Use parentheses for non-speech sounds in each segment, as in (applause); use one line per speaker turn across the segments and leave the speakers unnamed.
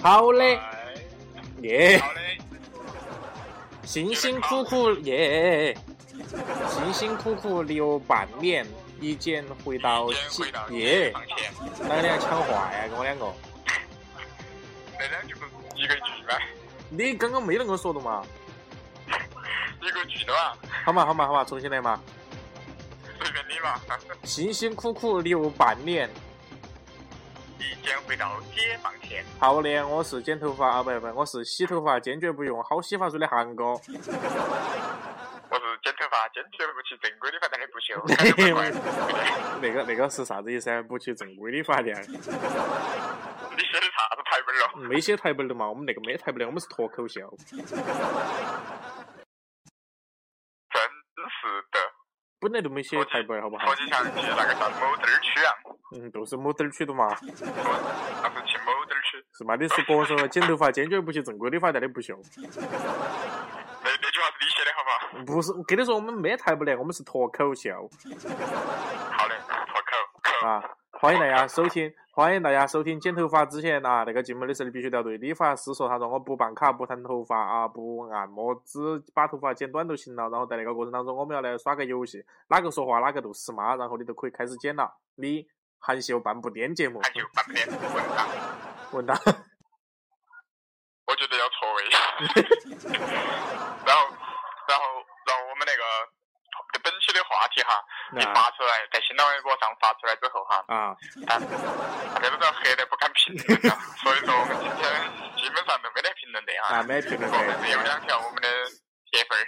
好嘞，耶，
好嘞，
辛辛苦苦耶，辛辛苦苦留半年，一剑回到
先
西
回到
耶，
房间，
哪个抢话呀？跟我两个，
那两句不是一个句吗？
你刚刚没啷个说的嘛？
一个句的嘛，
好嘛好嘛好嘛，重新来嘛！
随便你嘛。
辛辛苦苦留半年，
一间回到解放前，
好嘞，我是剪头发啊，不不，我是洗头发，坚决不用好洗发水的韩哥。
我是剪头发，坚决不去正规的发店里不修，感觉怪怪的
那个那个是啥子意思啊？不去正规理发店，
你写的啥子牌本了？
没写台本的嘛？我们那个没台本的，我们是脱口秀。
真是的，
本来就没写台本，好不好
我？就想去那个啥某地儿区啊，
嗯，都是某点儿区的嘛，
我那是去某地儿区，
是嘛？你是个说剪头发坚决不去正规理发店的不秀，
那那句话是你写的好吗？
不是？我跟你说，我们没台本的，我们是脱口秀
好嘞，脱口口，
啊！欢迎大家收听，欢迎大家收听剪头发之前啊，那个进门的时候你必须要对理发师说，他说我不办卡、不烫头发啊、不按摩，只把头发剪短就行了。然后在那个过程当中，我们要来耍个游戏，哪个说话哪个就死妈，然后你就可以开始剪了。你含羞半步癫节目，
俺就半边混蛋。
问他
我觉得要错位。 (laughs) 然后，然后，然后我们那个本期的话题哈，一发出来，在新浪微博上发出来之后哈，
啊，
大大家都在黑的不敢评论了，所以说我们今天基本上都没得评论的
啊，
哈。
没评论
我们是有
的。
两条我们的铁粉儿，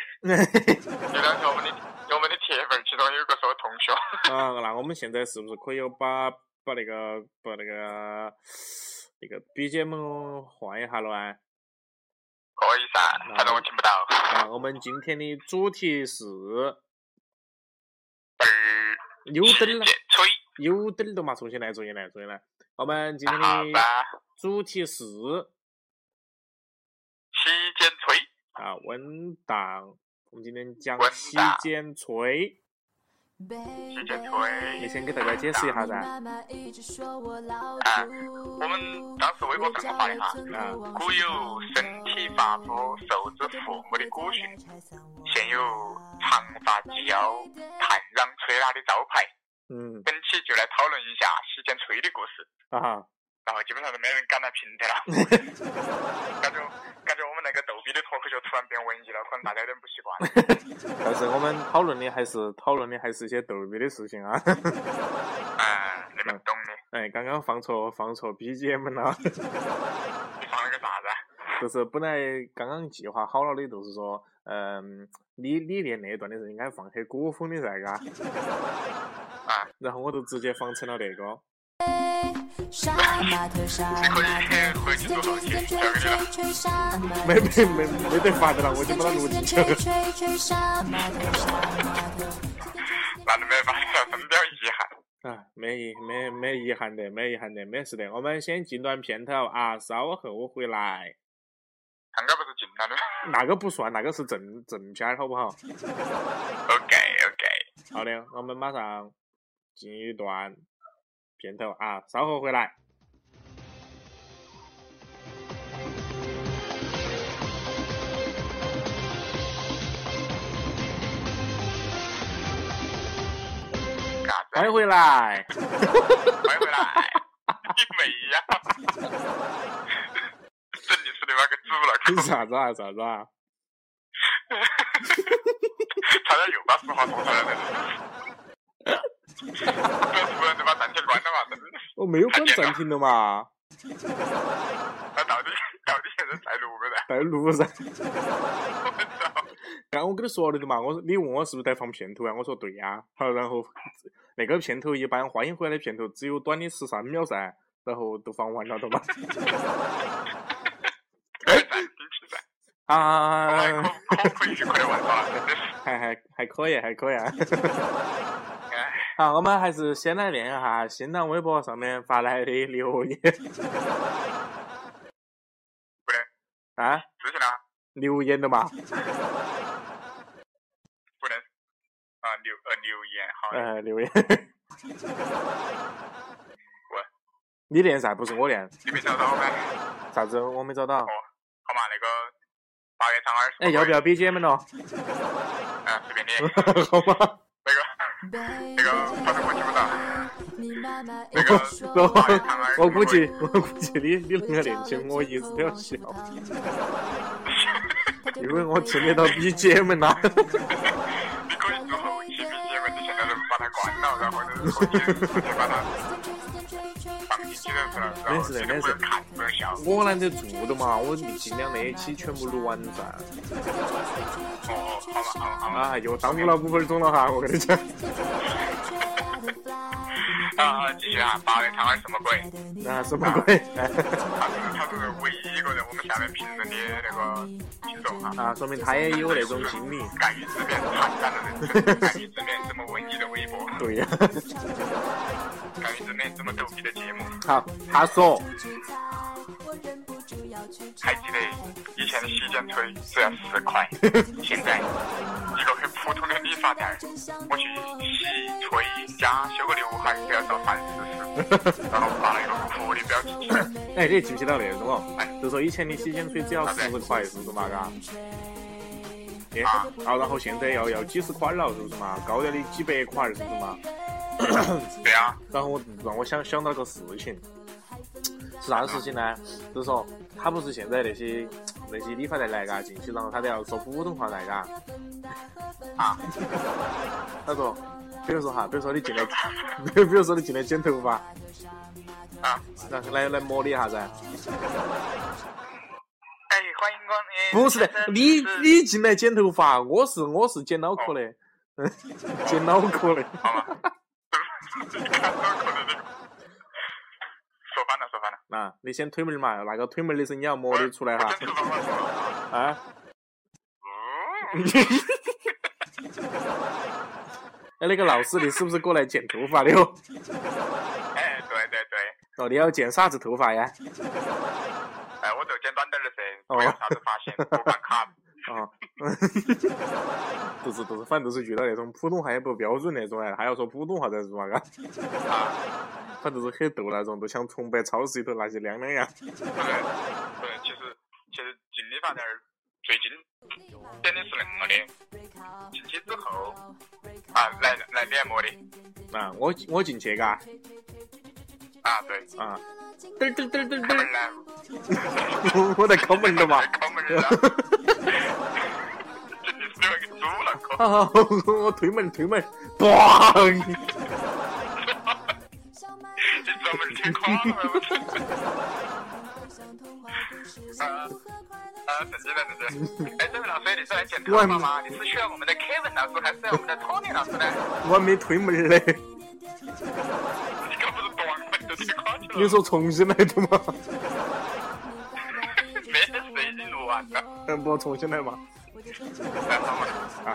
有两条我们的有我们的铁粉儿，其中有一个是我同学，
啊，那我们现在是不是可以把把那个把那个那个 BGM 换一下了啊？
可以噻，反正我听不到。
啊，我们今天的主题是
儿，
有灯了，
吹，
有灯了嘛？重新来，重新来，重新来。我们今天
好
的
吧，
主题是
期间吹，
啊，文档。我们今天讲
文
洗
档
剪吹，
期间吹
你。先给大家解释一下噻。
啊，我们当时微博上发的哈，
啊
古有身体发肤受之父母的古训，现有长发及腰、烫染吹拉的招牌。
嗯
本期就来讨论一下洗剪吹的故事，
啊，
然后基本上都没人敢来评的了。感觉感觉我们那个逗比的脱口秀突然变文艺了，可能大家有点不习惯。
但是我们讨论的还是讨论的还是一些逗比的事情啊。 (laughs)
嗯，你们懂的。
哎，刚刚放错放错 BGM 了。
你放了个啥子？啊
就是本来刚刚计划好了的，就是说，嗯，你你念那一段的时候应该放些古风的噻，嘎。
啊。
然后我就直接放成了那个，
你可以回去做后期，交给你了。啊
没没没没得法子了，我就把它录进去
(laughs)
了。
那就没办法，深表遗憾。
啊，没遗没没遗憾的，没遗憾的，没事的。我们先进段片头啊，稍后回来。
刚刚不是进了的吗
那个不算，那个是正正片儿，好不好？
？OK OK，
好的，我们马上进一段片头啊，稍后回来。
干啥子？
欢迎回来。 (laughs)
欢迎回来！你妹呀！整历史的妈给煮了，
啥子啊？啥子啊？
差点又把实话说出来了。这突然就把暂停关了嘛，真的。
我哦没有关暂停的嘛，
那到底到底现在在录没得？
在录噻。 (laughs)
我操！
刚我跟你说了的嘛，我说你问我是不是在放片头啊？我说对呀、好，然后那个片头一般欢迎回来的片头只有短的十三秒噻，然后都放完了的嘛。
在进去在，我
啊
们，可可可以愉快地玩耍了，真的是。
还还还可以，还可以。啊
哎，
(laughs) 好，我们还是先来念一下新浪微博上面发来的留言
不能，
啊，
之前呢
留言的嘛。
不能啊留呃留言好的，
呃，留言。你念噻，不是我念。
你没找到吗？
啥子？我没找到。
哦，好嘛，那个八月三二十。
哎，要不要 BGM 咯？
嗯，随便你。
(laughs) 好吗？
那个那个，反正我听不到。那个八月三二十。
我估计，我估计你你那个练习，我一直都要笑，因为我听得到 BGM 啦。
你可以之后期 BGM，你现在就把它关了，然后就是直接把它放进去的时候，然后
没事的
你就
没
不
事
用
的
看，不用笑。
我懒得做的嘛，我尽量那一期全部录完噻。
哦，好嘛，好嘛，好嘛。
哎呦，耽误了五分钟了哈，我跟你讲。
啊，继续啊，八月三二什么鬼？
那什么鬼？
他是他是唯一一个人我们下面评论的那个听众啊。
啊，说明他也有那种经历。
敢于直面惨淡的人生，敢于直面这么文艺的微博，
对呀、
敢于直面这么逗逼的节目。
好，他说
还记得以前的洗剪吹只要十块，现在一个很普通的理发店儿，我去洗、吹、 (laughs) 加、修个刘海都要到三四十，然后发了一个酷的表情出来。
哎，你记不记到那种哦？就说以前的洗剪吹只要十块，是不是嘛？嘎？哎，啊，然后现在要要几十块了，是不是嘛？高点的几百块，是不是嘛？
对啊，
然后我让我想想到个事情，是啥事情呢？就是说，他不是现在那些那些理发店来嘎进去，然后他都要说普通话来嘎。
啊，
他说，比如说哈，比如说你进来， (laughs) 比如说你进来剪头发，
啊，
然后来来磨你一下噻。
哎，欢迎光临。
不是的，你你进来剪头发，我是我是剪脑
哦
壳的， (laughs) 嗯，剪脑壳的。
好吗？你看到可能那个，说反了，说反了。
啊，你先推门嘛，那个推门的声音要磨你出来哈
真。是把我说了。
啊，
嗯，
(laughs) 哎，那个老师，你是不是过来剪头发的哦？
哎，对对对，
哦，你要剪啥子头发呀？
哎，我就剪短点儿的噻，没有啥子发现，不办卡。
啊， (laughs) 不是不是，反正都是遇到那种普通话也不标准那种哎，还要说普通话才是嘛嘎。啊反正就是很逗那种，都想崇拜超市里头那些娘娘呀。
不是，不是，其实其实进理发店儿最近点的是那个的，进去之后啊，来来脸膜的
啊，我我进去嘎， (laughs)
啊，对，
啊，嘚嘚嘚嘚
开门来，
嘚，我在抠门的嘛。
开门来，进去只有一个猪了，哥。
啊， (laughs) 我推门推门，咣！
你专门听垮了我操！ (laughs) 啊啊，等级了，等级。哎，这位老师，你是来剪头发吗？你是需要我们的 Kevin 老师，还是要我们的 Tony 老师呢？
我还没推门嘞，
你可不是短门就听垮去了。
你说重新来的嘛？ (laughs)
没得事，已经录完了。
嗯，不重新来嘛？
然后嘛，
啊，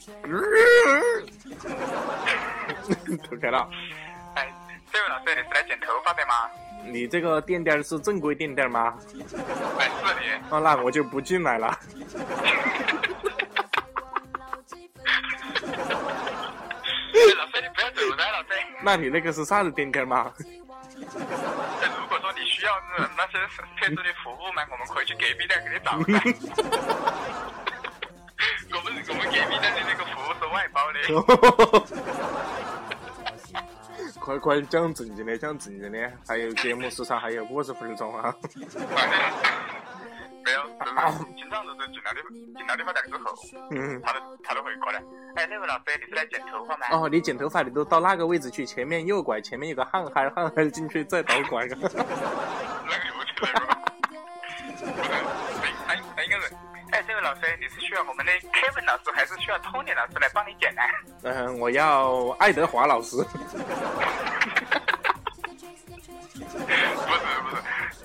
(laughs) 推开了。
哎，这位老师，你是来剪头发的吗？
你这个店店是正规店店吗？
哎，是的。
啊，那我就不进来了。
哎老师，你不要走开，老师。
那你那个是啥子店店吗？ (laughs)
哎如果说你需要那那些特殊的服务嘛，我们可以去隔壁店给你找噻。 (laughs) 我们我们隔壁店的那个服务是外 (laughs) 包的。
快快讲正经的，讲正经的，还有节目时长还有五十分钟啊！
没有，就是经常就是进到的进到理发店之
(laughs)
后，
嗯，
他都他都会过来。哎，那位老师，你是来剪头发吗？
哦，你剪头发你都到那个位置去，前面右拐，前面有个憨憨，憨憨进去再倒拐。 (laughs)
那个又进来了。不是，哎哎，应该是。哎，这位老师，你是需要我们的 Kevin 老师，还是需要 Tony 老师来帮你剪啊呢？
嗯，我要爱德华老师。
不是不是，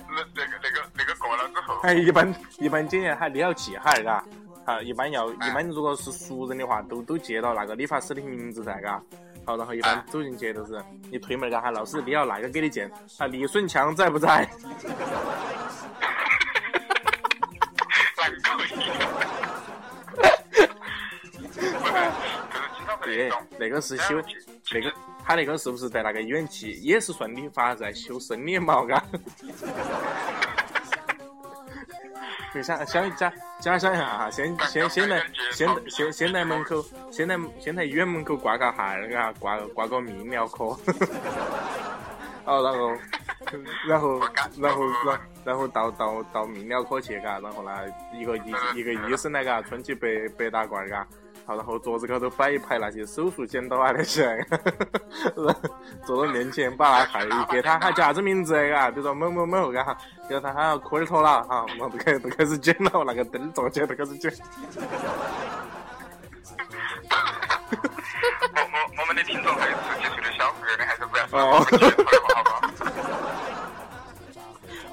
那那个那个那个过了之 (laughs) 后，
(laughs) 哎，一般一般剪还你要记哈儿嘎，啊，一般要一般如果是熟人的话，都都记到那个理发师的名字噻嘎。好，然后一般走进去都是你推门嘎喊老师你要哪个给你剪啊？李顺强在不在？
那个可以。 (laughs) 不是，就是经常会那
对
种，，
那个是修
其实
那个他那个是不是在那个医院去也是算理发在修生理毛嘎？对，想想加假想一下哈，先先先来先先先来门口，先来先来医院门口挂个哈那个挂挂个泌尿科，哦，然后然后然后然然后到到到泌尿科去嘎，然后呢一个医一个医生来嘎，穿起白白大褂嘎。好，然后桌子高头摆一排那些手术剪刀啊那 (laughs) 些，坐到面前把那还给他喊叫啥子名字嘎？比如说某某某嘎，给他喊科尔托了哈，我都开都开始剪了，那个灯坐起都开始剪。
我我我们的听众还有十几岁的小朋友的，还是不要
哦
说科尔托了，好吧？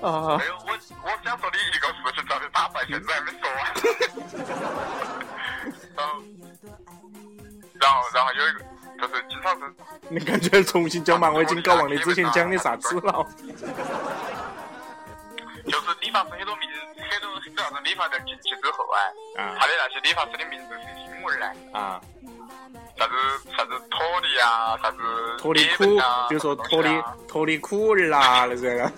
啊，
没有，我我想说的一个事情，早就打败，现在还没说完。 (laughs) 然后，然后，然后有一个，就是经常是，
你感觉重新讲嘛？我已经搞忘你之前讲的啥子了。
就是理发师很多名，很多很多那种理发店进去之后哎，
啊
他的那些理发师的名字是英文嘞，
啊，
啥子啥子托尼啊，啥子
脱离苦
Evan 啊，，
比如说
啥子
脱
东
离
西 (laughs) 啊
脱离苦儿啦那些。
(laughs)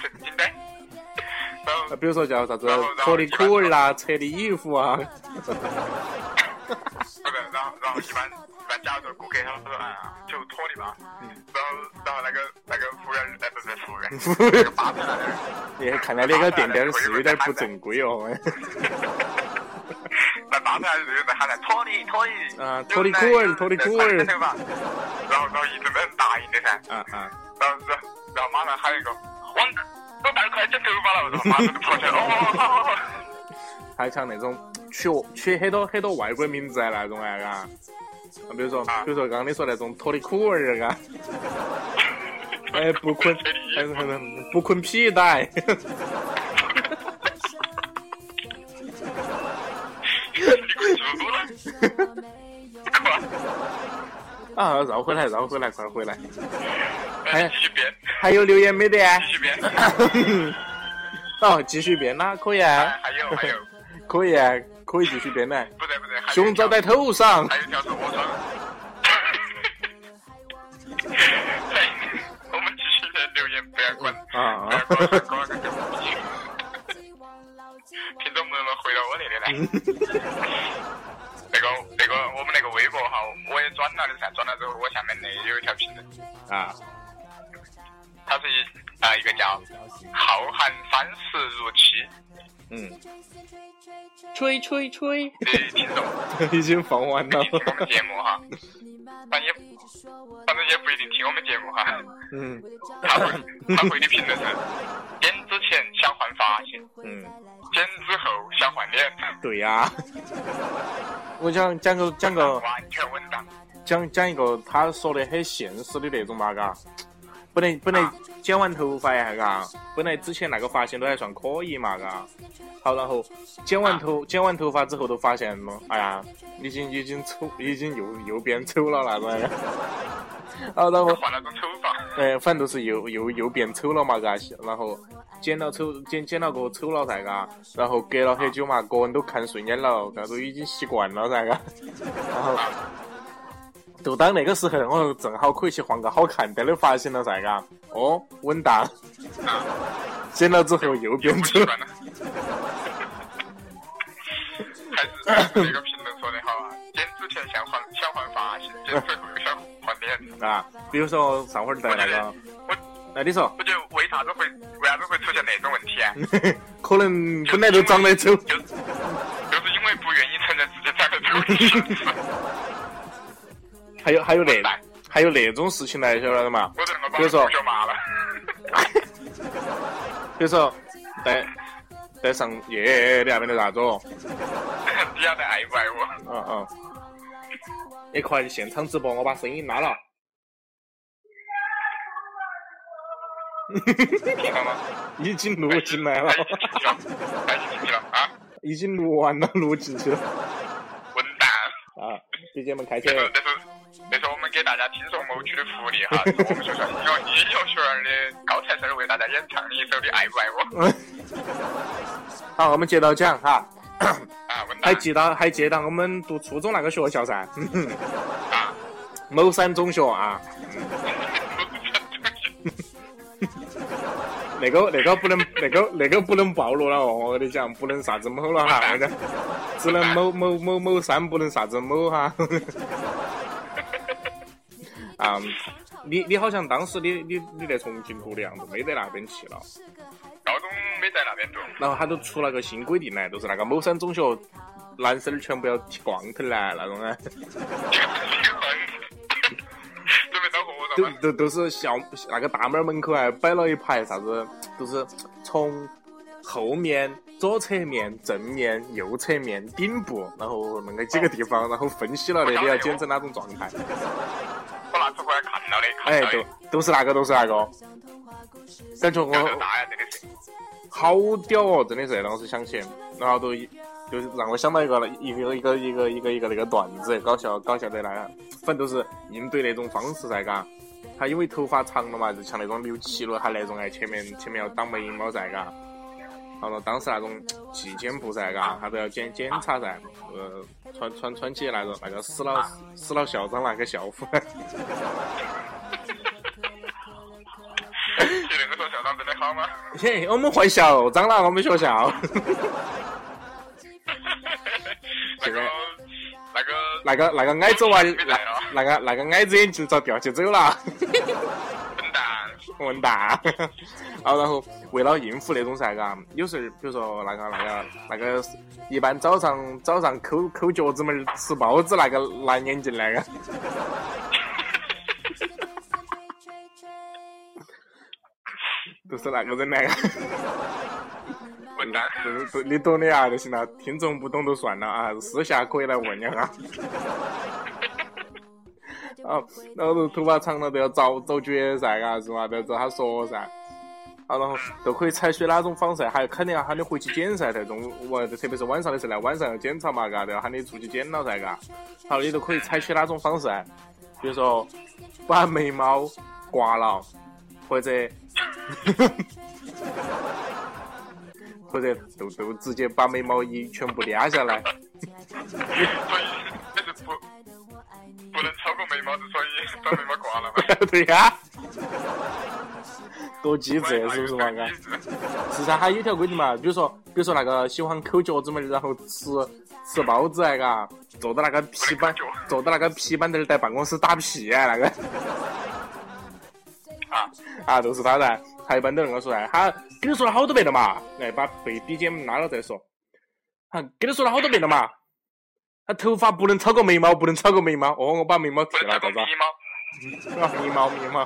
正经的，然后
啊，比如说叫啥子
然后然后
脱离苦儿啦，扯的衣服啊，
不是，然后然后一般一般假如说顾客他说啊，就托尼吧，嗯然后然后那个那个服务员哎不是服务员，那个吧台那边。
也看来那个店店儿是有点不正规哦。
那大家就是在喊来脱离脱离
啊脱离裤儿脱离裤儿
对吧？然后然后一直没人答应的噻，
啊啊，
然后然后然后马上喊一个王哥，我带快剪头发了，然后马上就跑起来，哦好好好，
还像那种取取很多很多外国名字啊那种啊，嘎。啊，比如说
啊
比如说刚刚你说那种脱离苦儿
(laughs)
啊，哎不捆，哎不捆皮带， (laughs)
你滚出
(laughs)
了，快，
啊绕回来绕回来快回来，
哎，继续编，
还有留言没得啊？
继续
(laughs)
编，
哦，继续编啦，可以啊，
哎还有还有，
可以啊，可以继续编呢。
不对不对，还有
熊罩在头上，
还有一条是我穿。我们继续来留言，不要管，
啊
不要管，不要管个狗屁。听众朋友们回到我那里来。那个那个，我们那个微博哈，我也转了的噻，转了之后，我下面那有一条评论，
啊，
它是一啊、一个叫浩瀚三十如期
嗯， (laughs)
吹吹吹，
的听众
已经放完了
听，我们节目哈，反正也反正也不一定听我们节目哈。
嗯
他回他回的评论是：剪之前想换发型，
嗯。
剪之后想换脸，
对呀、我讲讲个讲个
完全稳当。
讲讲一个他说的很现实的那种嘛，嘎。本来本来剪完头发呀，嘎，本来之前那个发型都还算可以嘛，嘎。好，然后剪完头剪完头发之后，都发现了，哎呀，已经已经丑，已经又又变丑了那种。 (laughs) 好，然后
换了个头发，
呃，反正都是又又又变丑了嘛，嘎，然后剪了丑，剪剪了个丑了噻，嘎，然后隔了很久嘛，个人都看顺眼了，嘎都已经习惯了噻，嘎， (laughs) 然后就当那个时候，我正好可以去换个好看点的发型了噻，嘎，哦，稳 (laughs) 当，剪了 (laughs) 之后又变
不
丑
习，惯了。还是还是那个评论说的好啊，剪之前想换想换发型，剪之后又想换脸。
啊，比如说上会儿在那个，那你说， (laughs)
我觉得为啥子会为啥子会出现那种问题啊？
可能本来就长得丑，
就就是因为不愿意承认自己长得丑。
还有还有那还有那种事情来，晓得嘛？
我怎么把
比如说
同学骂了？
比如说在在上夜你那边的啥子哦？
你要得爱不爱 (laughs) 我？
嗯嗯，一块现场直播，我把声音拉了。 (laughs)
听到吗？
已经录进来了， (laughs)
哎，你进去了啊？
已经录完了，录进去了。
混蛋！
(laughs) 啊，BGM 开起
这
来
是。这是这是我们给大家听众谋取的福利哈，是我们学校音乐音乐学院的高材生为大家演唱的一首的《爱不爱我》
好，我们接着讲哈， (coughs)
啊，混
还
蛋！
记到还记到我们读初中那个学校噻， (laughs)
啊，
某山中学啊。那个那个不能，那个那个不能暴露了哦，我跟你讲，不能啥子某了哈，那
(laughs)
个只能某某某某三，不能啥子某哈。 (laughs) 啊，你你好像当时你你你在重庆读的样子，没在那边去了。
高中没在那边读，
然后他都出了个新规定来，就是那个某山中学男生儿全部要剃光头来那种啊，
准备找活
都
动嘛。
都都是校那个大门儿门口还摆了一排啥子，都是从后面、左侧面、正面、右侧面、顶部，然后恁个几个地方，然后分析了的，你要检测哪种状态。
我那次过来看到的，看
哎，
到的，
都都是那个，都是那个，感觉
压力
我
大呀，真的是。
好屌哦，真的是当时想起，然后都一就是让我想到一个一个一个一个一个一个那个段子，搞笑搞笑的那，反正都是应对那种方式噻，嘎。他因为头发长了嘛，就像那种留齐了，他那种哎前面前面要挡眉毛噻，嘎。然后当时那种纪检部噻，嘎，他都要检检查噻，呃，穿穿穿起那个那个死老死老校长那个校服。
去那个说校长真的好吗？
(laughs) 嘿，我们换校长了，我们学校。
那个那个
那个那个矮子娃，
没
那
来了
那个那个矮子眼镜遭掉起走了， (laughs)
笨蛋，
混蛋。啊， (laughs) 然后为了应付那种噻，嘎，有时候比如说那个那个那个，一般早上早上抠抠脚趾门儿吃包子那个蓝眼镜那个，都是那个人那个，
笨蛋，
都是你懂的呀就行了，听众不懂就算了啊，私下可以来问一下。啊，然后头发长了都要早早卷噻，嘎啊是嘛？都要照他说噻。啊，然后都可以采取哪种方式？还有肯定要喊你回去检噻，那种我特别是晚上的时候呢，晚上要检查嘛，嘎，都要喊你出去检了噻，嘎。好，你都可以采取哪种方式？啊比如说把眉毛刮了，或者或者都都直接把眉毛一全部撩下来。
所以那是不不能超过眉毛，之所以把眉毛刮了嘛。
(laughs) 对呀、多机智是不是嘛？嘎，
嘎？
是噻，还有一条规定嘛，比如说，比如说那个喜欢抠脚趾门儿，然后吃吃包子哎，嘎，坐到那个皮板
不能抠脚，
坐到那个皮板凳儿在办公室打屁哎，那个
啊，
啊，都是他噻，他一般都恁个说噻，他跟你说了好多遍了嘛，来把被底肩拉了再说，他跟你说了好多遍了嘛，他头发不能超过眉毛，不能超过眉毛，哦，我把眉毛
不
剃
能
了，
超
咋
过
子？
眉毛，
啊，眉毛眉毛，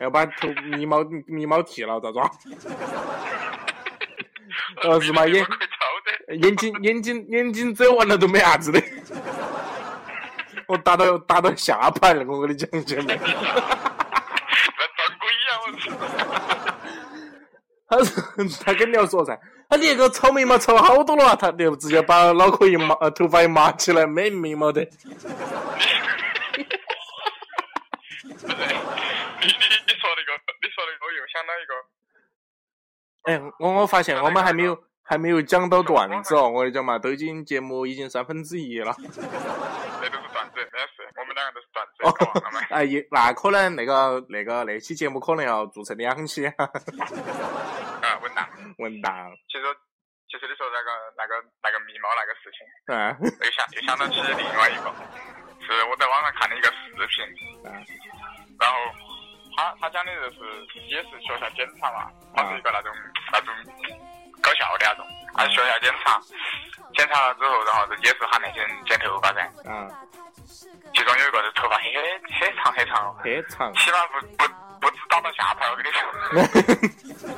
要哎把头眉毛眉毛剃了，咋 (laughs) 子？呃，是嘛？眼
眉毛可以超的，
眼睛眼睛眼睛遮完了都没啥子的。 (laughs) 我打到打到下盘了，我跟你讲，姐妹。
那装鬼呀！我操，
(laughs) 他他跟你要说噻，他那个草眉毛草好多了啊，他就直接把脑壳一麻，呃，头发一麻起来，没眉毛的。
不是，你你你说那个，你说那个，我又想到一个，
哎，我我发现我们还没有还没有讲到段子哦，我跟你讲嘛，都已经节目已经三分之一了。
那都是段子，没事，我们两个都是段子， (laughs)
哦
搞忘了嘛，
哎，也那可能那个那个那期节目可能要做成两期，
啊，稳当。
(laughs) 文档，
其实其实你说那个那个那个眉毛那个事情，
嗯，
我又想又想到起另外一个，是我在网上看的一个视频，
嗯
然后他他讲的就是也是学校检查嘛，他是一个那种那种搞笑的那种，他学校检查，检查了之后，然后就也是喊那些人剪头发噻，
啊，
其中有一个是头发很很长很长，
很长，
起码不不不止打到下盘，我跟你说。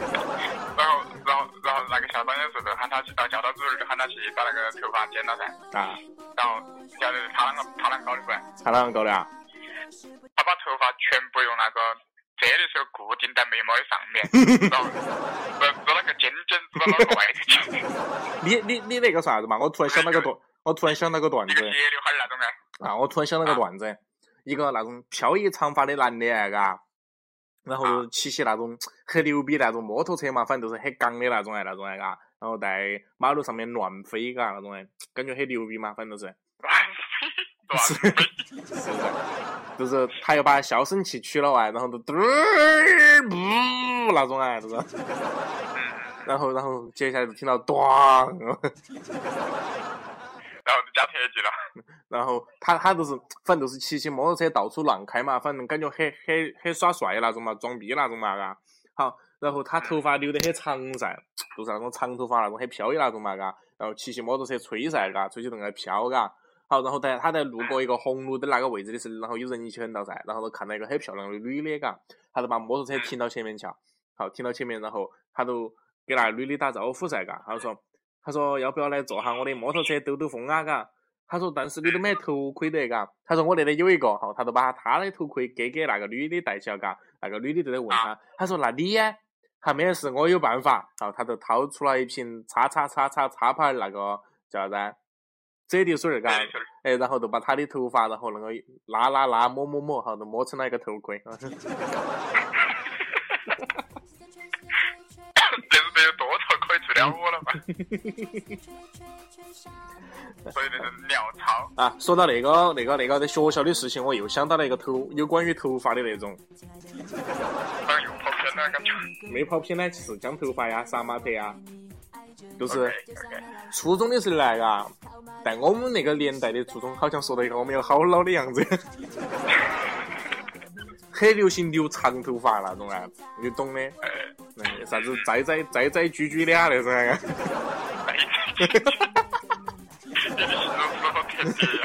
然后，然后，然后那个校长也是就喊他去，到教导主任就喊他去把那个头发剪了噻。
啊，
然后教练他啷个他啷个搞的过来？
差啷个高的啊？
他把头发全部用那个遮的时候固定在眉毛的上面，然后把把那个尖尖指到脑壳外头去，
(laughs) 你你你那个啥子嘛？我突然想到个段，我突然想到个段
一
子
个斜刘海儿那种的。
啊，我突然想到个段子，一个那种飘逸长发的男的哎，嘎，然后就骑起那种很牛逼那种摩托车嘛，反正都是很刚的那种哎，那种哎，嘎，然啊后在马路上面乱飞，嘎，那种哎，感觉很牛逼嘛，反正都是。
乱飞，是吧？
就是他又把消声器取了外，然后就嘟儿噗那种哎，就是，然后然后接下来就听到咣，
然后就加特技了。
然后他他就是反正就是骑起摩托车到处乱开嘛，反正感觉很很很耍帅那种嘛，装逼那种嘛，嘎。好，然后他头发留得很长噻，就是那种长头发那种很飘逸那种嘛，嘎。然后骑起摩托车吹噻，嘎，吹起那个飘，嘎。好，然后在他在路过一个红绿灯那个位置的时候，然后有人一起横道噻，然后就看到一个很漂亮的女的，嘎，他就把摩托车停到前面去，好，停到前面，然后他就给那女的打招呼噻，嘎，他说，他说要不要来坐下我的摩托车兜兜风啊，嘎，他说但是你都没头盔得，嘎，他说我那里有一个，好，他就把他的头盔给给那个女的戴起了，嘎，那个女的就在问他，他说那你呢？他没得事，我有办法，好，他就掏出了一瓶叉叉叉叉叉牌那个叫啥子？啫喱水儿，嘎，哎，然后就把他的头发，然后那个拉拉拉抹抹抹，好，就抹成了一个头盔。啊
这是得有多臭，可以治疗我了吧？所以那是尿操。
啊，说到那个那个那个在学校的事情，我又想到了一个头有关于头发的那种，
好像又跑偏了，感觉。
没跑偏呢，就是将头发呀、杀马特呀，就是
OK OK，
初中的时候来嘎，在我们那个年代的初中，好像说到一个我们有好老的样子， (laughs) 很流行留长头发那种啊，你懂的，嗯啥子栽栽栽栽居居的啊那种啊， (laughs)
你的形容词好贴切呀。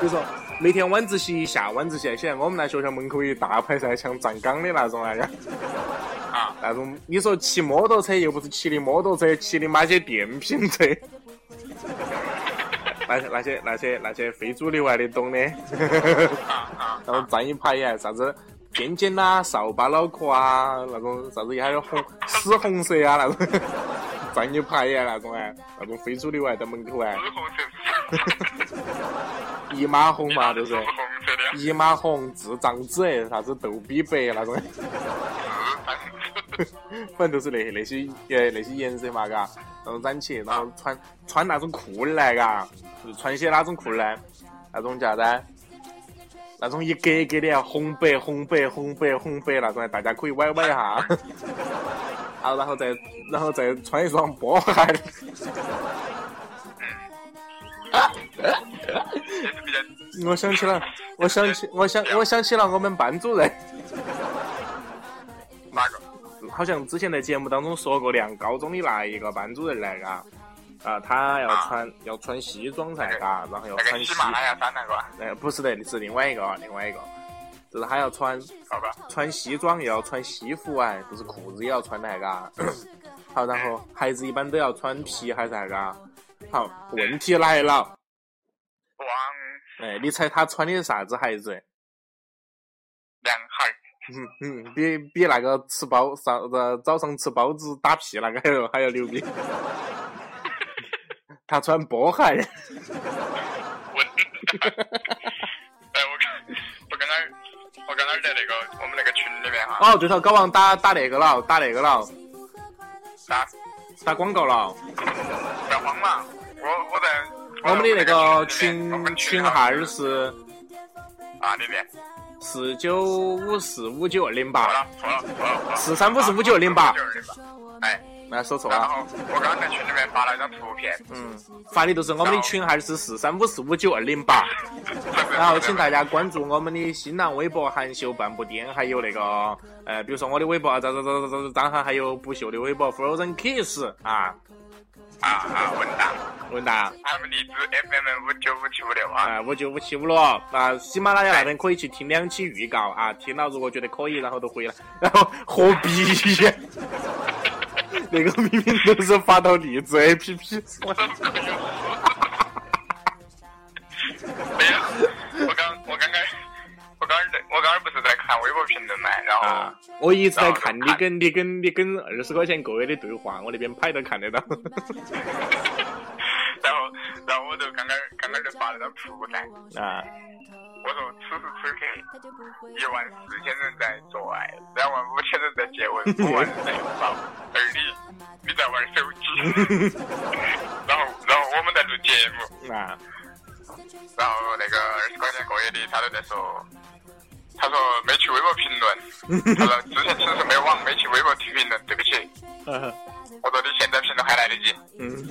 比如说每天晚自习下晚自习，显然我们那学校门口有一大排噻，像站岗的那种啊， (laughs)
啊，
那种你说骑摩托车又不是骑的摩托车，骑的那些电瓶车， (laughs) 那些那些那些那些非主流啊，你懂的。然后站一排呀，啥子尖尖啦、扫把脑壳啊，那种啥子还有红屎红色啊那种， (laughs) 站一排呀那种哎，那种非主流啊，在门口哎，
紫红色，
一马红嘛，就是
紫红色的呀，
一马红、智障子，啥子逗比白那种，反正都是那那些呃那些颜色嘛，嘎，然后染起，然后穿穿那种裤儿来，嘎，就是穿些哪种裤儿呢？那种叫啥子？那种一格一格的啊红白红白红白红白那种，大家可以歪歪一下。好，然后再然后再穿一双波鞋，
也是比较
我想起了，我想起，我想我想起了我们班主任。
那个。
好像之前在节目当中说过，梁高中的那一个班主任来嘎，啊，他要穿、要穿西装噻，嘎，然后要
那
穿
个
西
喜，马拉雅山那个啊，
呃，不是的，是另外一个，啊另外一个，就是他要穿
好吧？
穿西装，也要穿西服啊，就是裤子也要穿的，嘎。好，然后孩子一般都要穿皮鞋噻，嘎。啊好，问题来了，
王
哎，你猜他穿的啥子鞋子？
梁海，
嗯嗯，比比那个吃包上呃早上吃包子打屁那个还要还要牛逼。 (laughs) 他穿波鞋， (laughs)
我，哎，我刚，我刚刚，我刚刚在那个我们那个群里面啊哈，
哦，对头，搞忘打打那个了，打那个了，
打，
打广告了。
不要慌嘛，我我在
我们的那个群
我们
群
群
号儿是
啊里面，
四九五四五九二零
错
八，
了错了错了错了，
啊四三五四五九零八。
哎，
那说错
然
了，
后我刚刚在群里面发了一张图片，
嗯， (laughs) 发的就是我们的群号儿是四三五四五九二零八。然
然
后请大家关注我们的新浪微博“含秀半步癫”，还有那个呃，比如说我的微博啊，张张张张张张翰，还有不秀的微博 “Frozen Kiss” 啊，
啊啊文达，
文达
他们荔枝 FM 五九五七五六啊，
啊，五九五七五六啊，喜马拉雅那边可以去听两期预告啊，听了如果觉得可以，然后就回来，然后何必？ (laughs) 那个明明都是发到荔枝 APP，
(laughs) 没有，哎我刚我刚刚我刚刚在我刚刚不是在看微博评论嘛，然后
啊。，我一直在看你跟你跟你跟二十块钱各位的对话，我那边拍都看得到。
(laughs) 然后，然后我就刚刚刚刚就发了张图 (laughs) 噻，
啊，
我说此时此刻一万四千人在做爱，两万五千人在接吻，五万人在拥抱，而你你 (laughs) 在玩手机，然后然后我们在录节目，
啊，
然后那个二十块钱过月的，他都在说，他说没去微博评论，他说之前只是没网没去微博评论，对不起。
嗯
我说你现在评论还来得及，
嗯，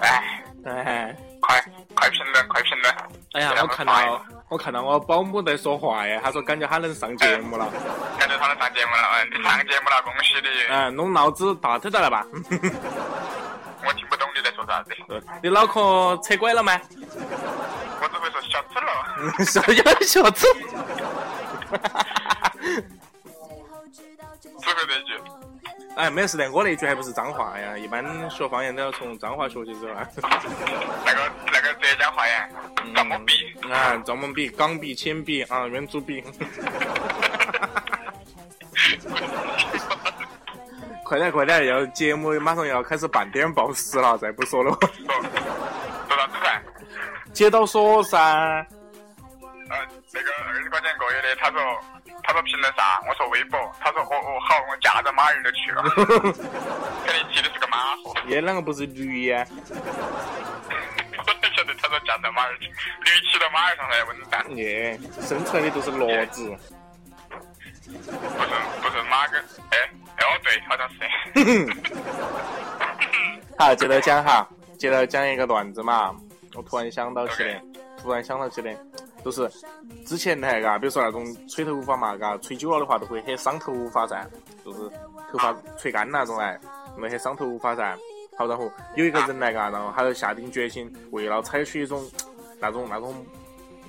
哎，
哎，
快快评论，快评论。
哎呀，我看到我看到我保姆在说话耶，她说感觉她能上节目了，
感觉他能上节目了，嗯，你上节目了，恭喜你。
嗯，弄脑子大腿到了吧？ (laughs)
我听不懂你在说啥子，
你脑壳扯拐了吗？ (laughs)
我只会说小丑了。
小小小子，
只会这一句。
哎，没事的，我那一句还不是脏话哎呀，一般学方言都要从脏话学起是吧？ (laughs)
那个那个浙江话呀，
嗯
怎么比？
啊，张文笔、钢笔、铅笔啊，圆珠笔。 (laughs) 快点，快点！要节目马上要开始半点报时了，再不说了。 (laughs)
说说啥子噻？
接到说噻，
呃，那个二十块钱过月的，他说他说评论啥？我说微博，他说哦哦好，我夹着马儿就去了，肯定骑的是个马货。
耶，啷个不是驴呀？
我就晓得他说夹着马儿，驴骑到马儿上来稳蛋，
耶，生出来的都是骡子。
不是不是马跟哎哎哦对，好像是。
好，接着讲哈，接着讲一个段子嘛。我突然想到起的
OK，
突然想到起的，就是之前呢，嘎，比如说那种吹头发嘛，嘎，吹久了的话就会很伤头发噻，就是头发吹干那种来，会很伤头发噻。好，然后有一个人来嘎，然后他就下定决心，为了采取一种那种那种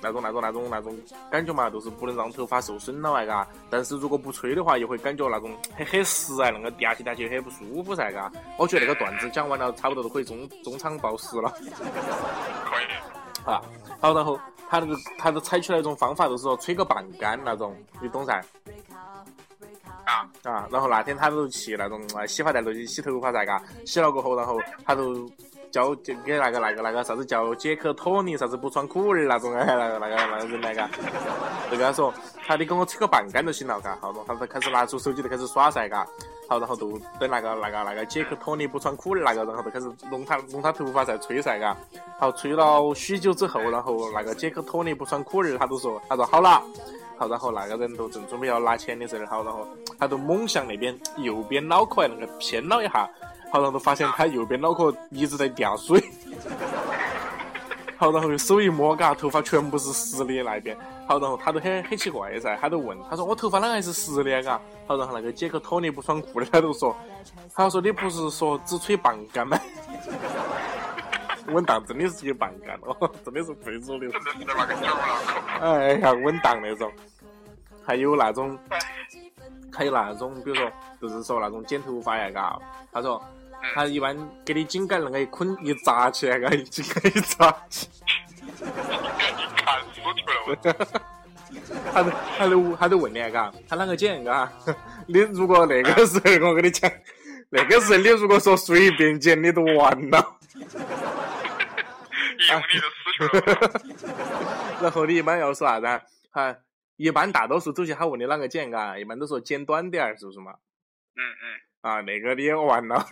那种那种那种那种感觉嘛，就是不能让头发受损了哎嘎。但是如果不吹的话，又会感觉那种很很湿哎，那个嗲起嗲起很不舒服噻嘎。我觉得那个段子讲完了，差不多都可以中中场报时了
可以，
啊。好，然后他那个他就采取了一种方法，就是说吹个半干那种，你懂噻？
啊，
啊，然后那天他都去那种啊洗发店头去洗头发噻，嘎，洗了过后，然后他都教就给那个那个那个啥子叫杰克托尼啥子不穿裤儿那种哎，那个那个那个人来嘎，就跟他说，他你给我吹个半干就行了，嘎，好，然后他就开始拿出手机就开始耍噻，嘎，好，然后就等那个那个那个杰克托尼不穿裤儿那个，然后就开始弄他弄他头发在吹噻，嘎，好，吹了许久之后，然后那个杰克托尼不穿裤儿，他都说，他说好了。好，然后那个人都正准备要拿钱的时候，好，然后他都猛向那边右边脑壳那个偏了一下，好，然后都发现他右边脑壳一直在掉水，好，然后手一摸，嘎，头发全部是湿的那边，好，然后他都很很奇怪噻，他都问，他说我头发啷个还是湿的啊嘎，好，然后那个杰克托尼不穿裤的，他都说，他说你不是说只吹半干吗？稳当真的是一半干哦， (laughs) 真的是非主流。
真的是在那个酒脑壳。
哎呀，稳当那种，还有那种，还有那种，比如说，就是说那种剪头发呀，嘎，他说他一般给你井盖那个一捆一扎起来，嘎，一井盖一扎起，
你看输球了，我
他都他都他都问你，嘎，他啷个剪，嘎， (laughs) 你如果那个时候我跟你讲， (laughs) 那个时候你如果说随便剪，你都完 (laughs) 了。
一用力就输球了。
然后你一般要说啥子啊？哈，一般大多数走起他问你啷个剪，嘎，一般都说剪短点儿，是不是嘛？
嗯嗯，
啊，那个你也完了。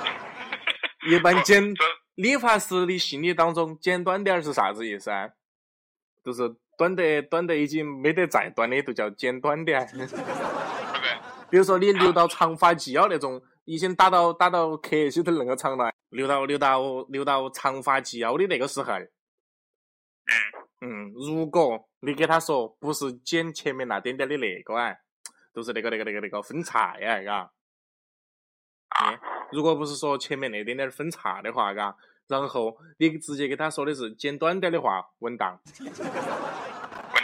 (laughs) 一般剪
这
理发师的心理当中，剪短点儿是啥子意思啊？就是短得短得已经没得再短的，都叫剪短点儿。
不对，
比如说你留到长发及腰那种，已经打到打到壳里头那个长了，留到留到留到长发及腰的那个时候，
嗯，
嗯，如果你给他说不是剪前面那点点的那个哎，就是那个那个那个那个分叉哎，嘎。嗯如果不是说前面那点点分叉的话，嘎，然后你直接给他说的是剪短点的话，稳当。
稳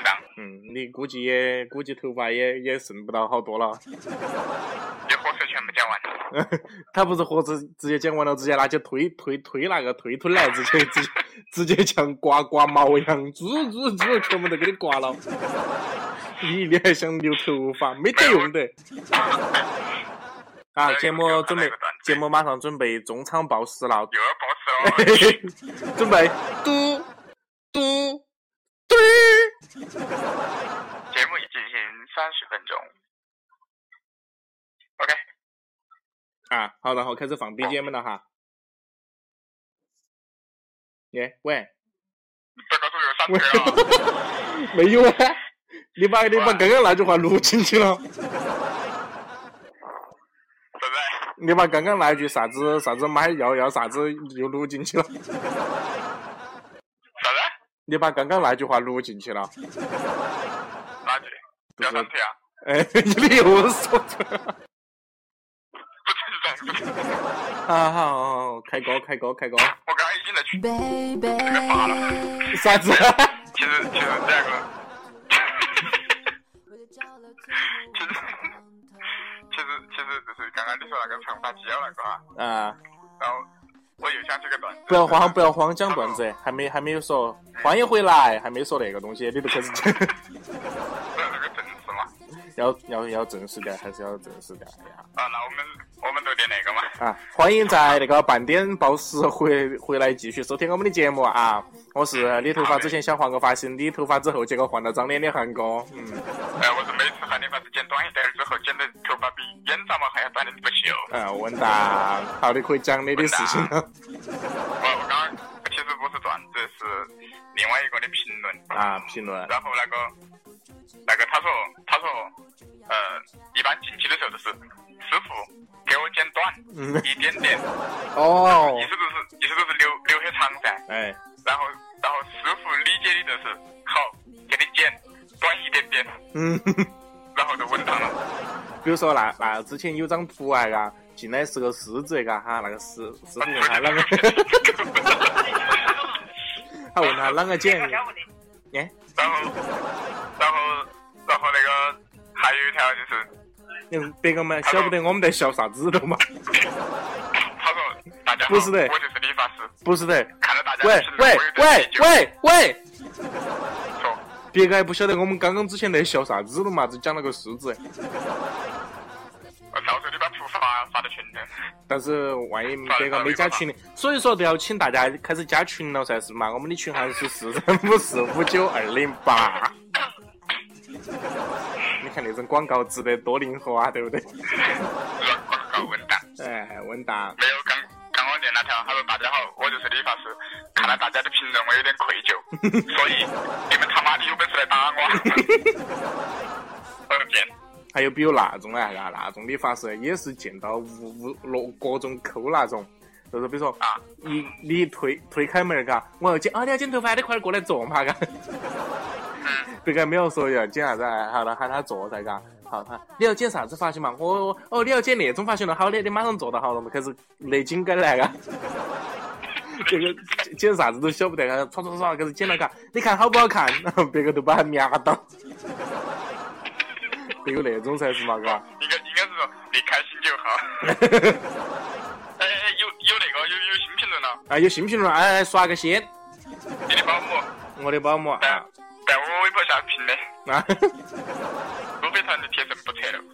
当，
嗯，你估计也估计头发也也剩不到好多了。
你火车全部讲完。
他不是活直直接剪完了，直接拿去推推推那个推推来，直接直接直接像刮刮毛一样，猪猪猪全部都给你刮了。你你还想留头发？没得用的。啊，节目准备，节目马上准备中场报时了，
又要
(laughs)
报哦仇了，
准备嘟嘟嘟儿。
节目已进行三十分钟。OK，
啊，好，然后开始放 BGM 了哈。耶，喂，
这个啊。
没有 (laughs) 啊，你把你把刚刚那句话录进去了，
对不对？
你把刚刚那句啥子啥子买要要啥子又录进去了，
啥子？
你把刚刚那句话录进去了，
哪句？聊三题啊？ (laughs)
哎， (laughs) 你又说出来了。
不是不是不是，
啊好好，好开歌开歌开歌，
我刚刚已经在群，
Baby，
啥子？
其实其实这啊个，其实其实就是刚刚你说那个长发及腰那个啊，
(laughs) 啊，
然后我又想起个段子。
不要慌不要慌，讲段子，还没还没有说，欢迎回来，还没说那个东西，你都开始讲， (laughs)
不要这个正式嘛。
要要要正式点，还是要正式点，哎呀。
啊，那我们我们录点那个嘛。
啊，欢迎在那个半点报时回回来继续收听我们的节目啊！我是理头发之前想换个发型，理头发之后结果换了张脸的韩哥。嗯，
哎，我是每次喊你把子剪短一点之后，剪的头发比眼睫毛还要短的不秀。
啊，稳当，好的，可以讲你的事情了。
我啊我刚刚其实不是段子，是另外一个的评论。
啊，评论
然后那个那个他说他说呃，一般进去的时候都是师傅给我剪短
嗯
一点
(laughs)
点，
哦
意，思就是意思就是留留些长噻。
哎，
然后然后师傅理解的就是好给你剪短一点点，
嗯，
然后就稳当了。
比如说那那之前有张图啊，嘎，进来是个狮子，嘎哈，那个师师傅问他
(laughs)
啷个， (laughs) 他问他啷
(laughs)
个剪，哎，
然后然后然后那个还有一条就是。
嗯别个们晓不得我们在笑啥子的嘛？
他说：“大家好，
不是的
我就是理发师。
不是的，
看到大家
喂
的评论
喂
我有点内
喂
疚
喂喂。
说
别个还不晓得我们刚刚之前在笑啥子了嘛，只讲了个狮子，哎
我到时候你把图发发到群里。
但是万一别个没加群的，所以说都要请大家开始加群了噻，是嘛？我们的群号是四三五四五九二零八。你看那种广告植得多灵活啊，对不对？
乱广告文档，
哎，稳当。
没有刚刚我念那条，他说大家好，我就是理发师。看了大家的评论，我有点愧疚，所以你们他妈的有本事来打我！我的天，
还有比如那种啊，那那种理发师也是见到无无各各种抠那种，就是比如说
啊，
你你推推开门儿嘎，我要剪啊，你要剪头发，你快点过来坐嘛嘎。别个没有说要剪啥子，好了喊他坐噻嘎。好，他你要剪啥子发型嘛？我我哦，你要剪那种发型了，好的，你马上做到好了，我们开始勒紧跟来嘎。这个剪剪啥子都晓不得，嘎唰唰唰开始剪了嘎，你看好不好看？ (laughs) 别个都把他瞄到。 (laughs) 得有那种才是嘛嘎。
应该应该是说你开心就好。哎哎，有有那个有有新评论了，
(laughs) 啊，有新评论，哎，刷个新，
你的保姆
我的保姆
在
啊，
在我微博下评的，
啊， (laughs)
路飞团的贴成不撤了。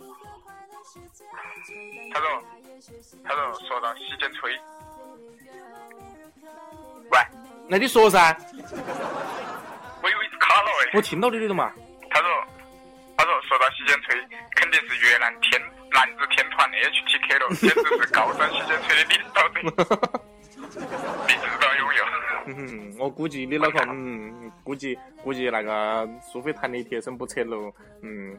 他说他说说到洗剪吹，喂，
那你说噻，
我以为是卡了哎
我。听到你的了嘛，
他说他说说到洗剪吹，肯定是越南天男子天团的 HTK 了，简直是高端洗剪吹的领导者，你知道拥有。
嗯，我估计你脑壳，嗯，估计估计那个苏菲弹的贴身不扯喽，嗯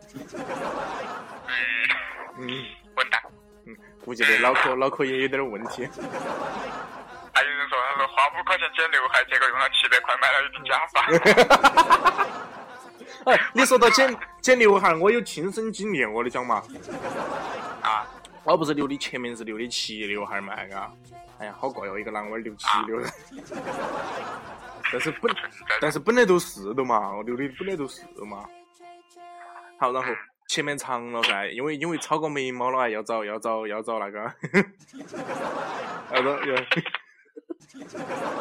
嗯
混蛋！
嗯，估计你脑壳脑壳也有点问题， (laughs)
还有人说他说花五块钱剪刘海，结果用了七百块买了一顶假发。
哎，你说到剪剪刘海，我有亲身经历，我跟你讲嘛，
啊，
我不是留的前面是留的齐刘海嘛，那个，哎呀，好怪哦，一个男娃儿留齐刘海， (laughs) 但是本但是本来都是的嘛，我留的本来都是的嘛。好，然后前面长了噻，因为因为超过眉毛了啊，要找要找要找那个， (laughs) 要找要。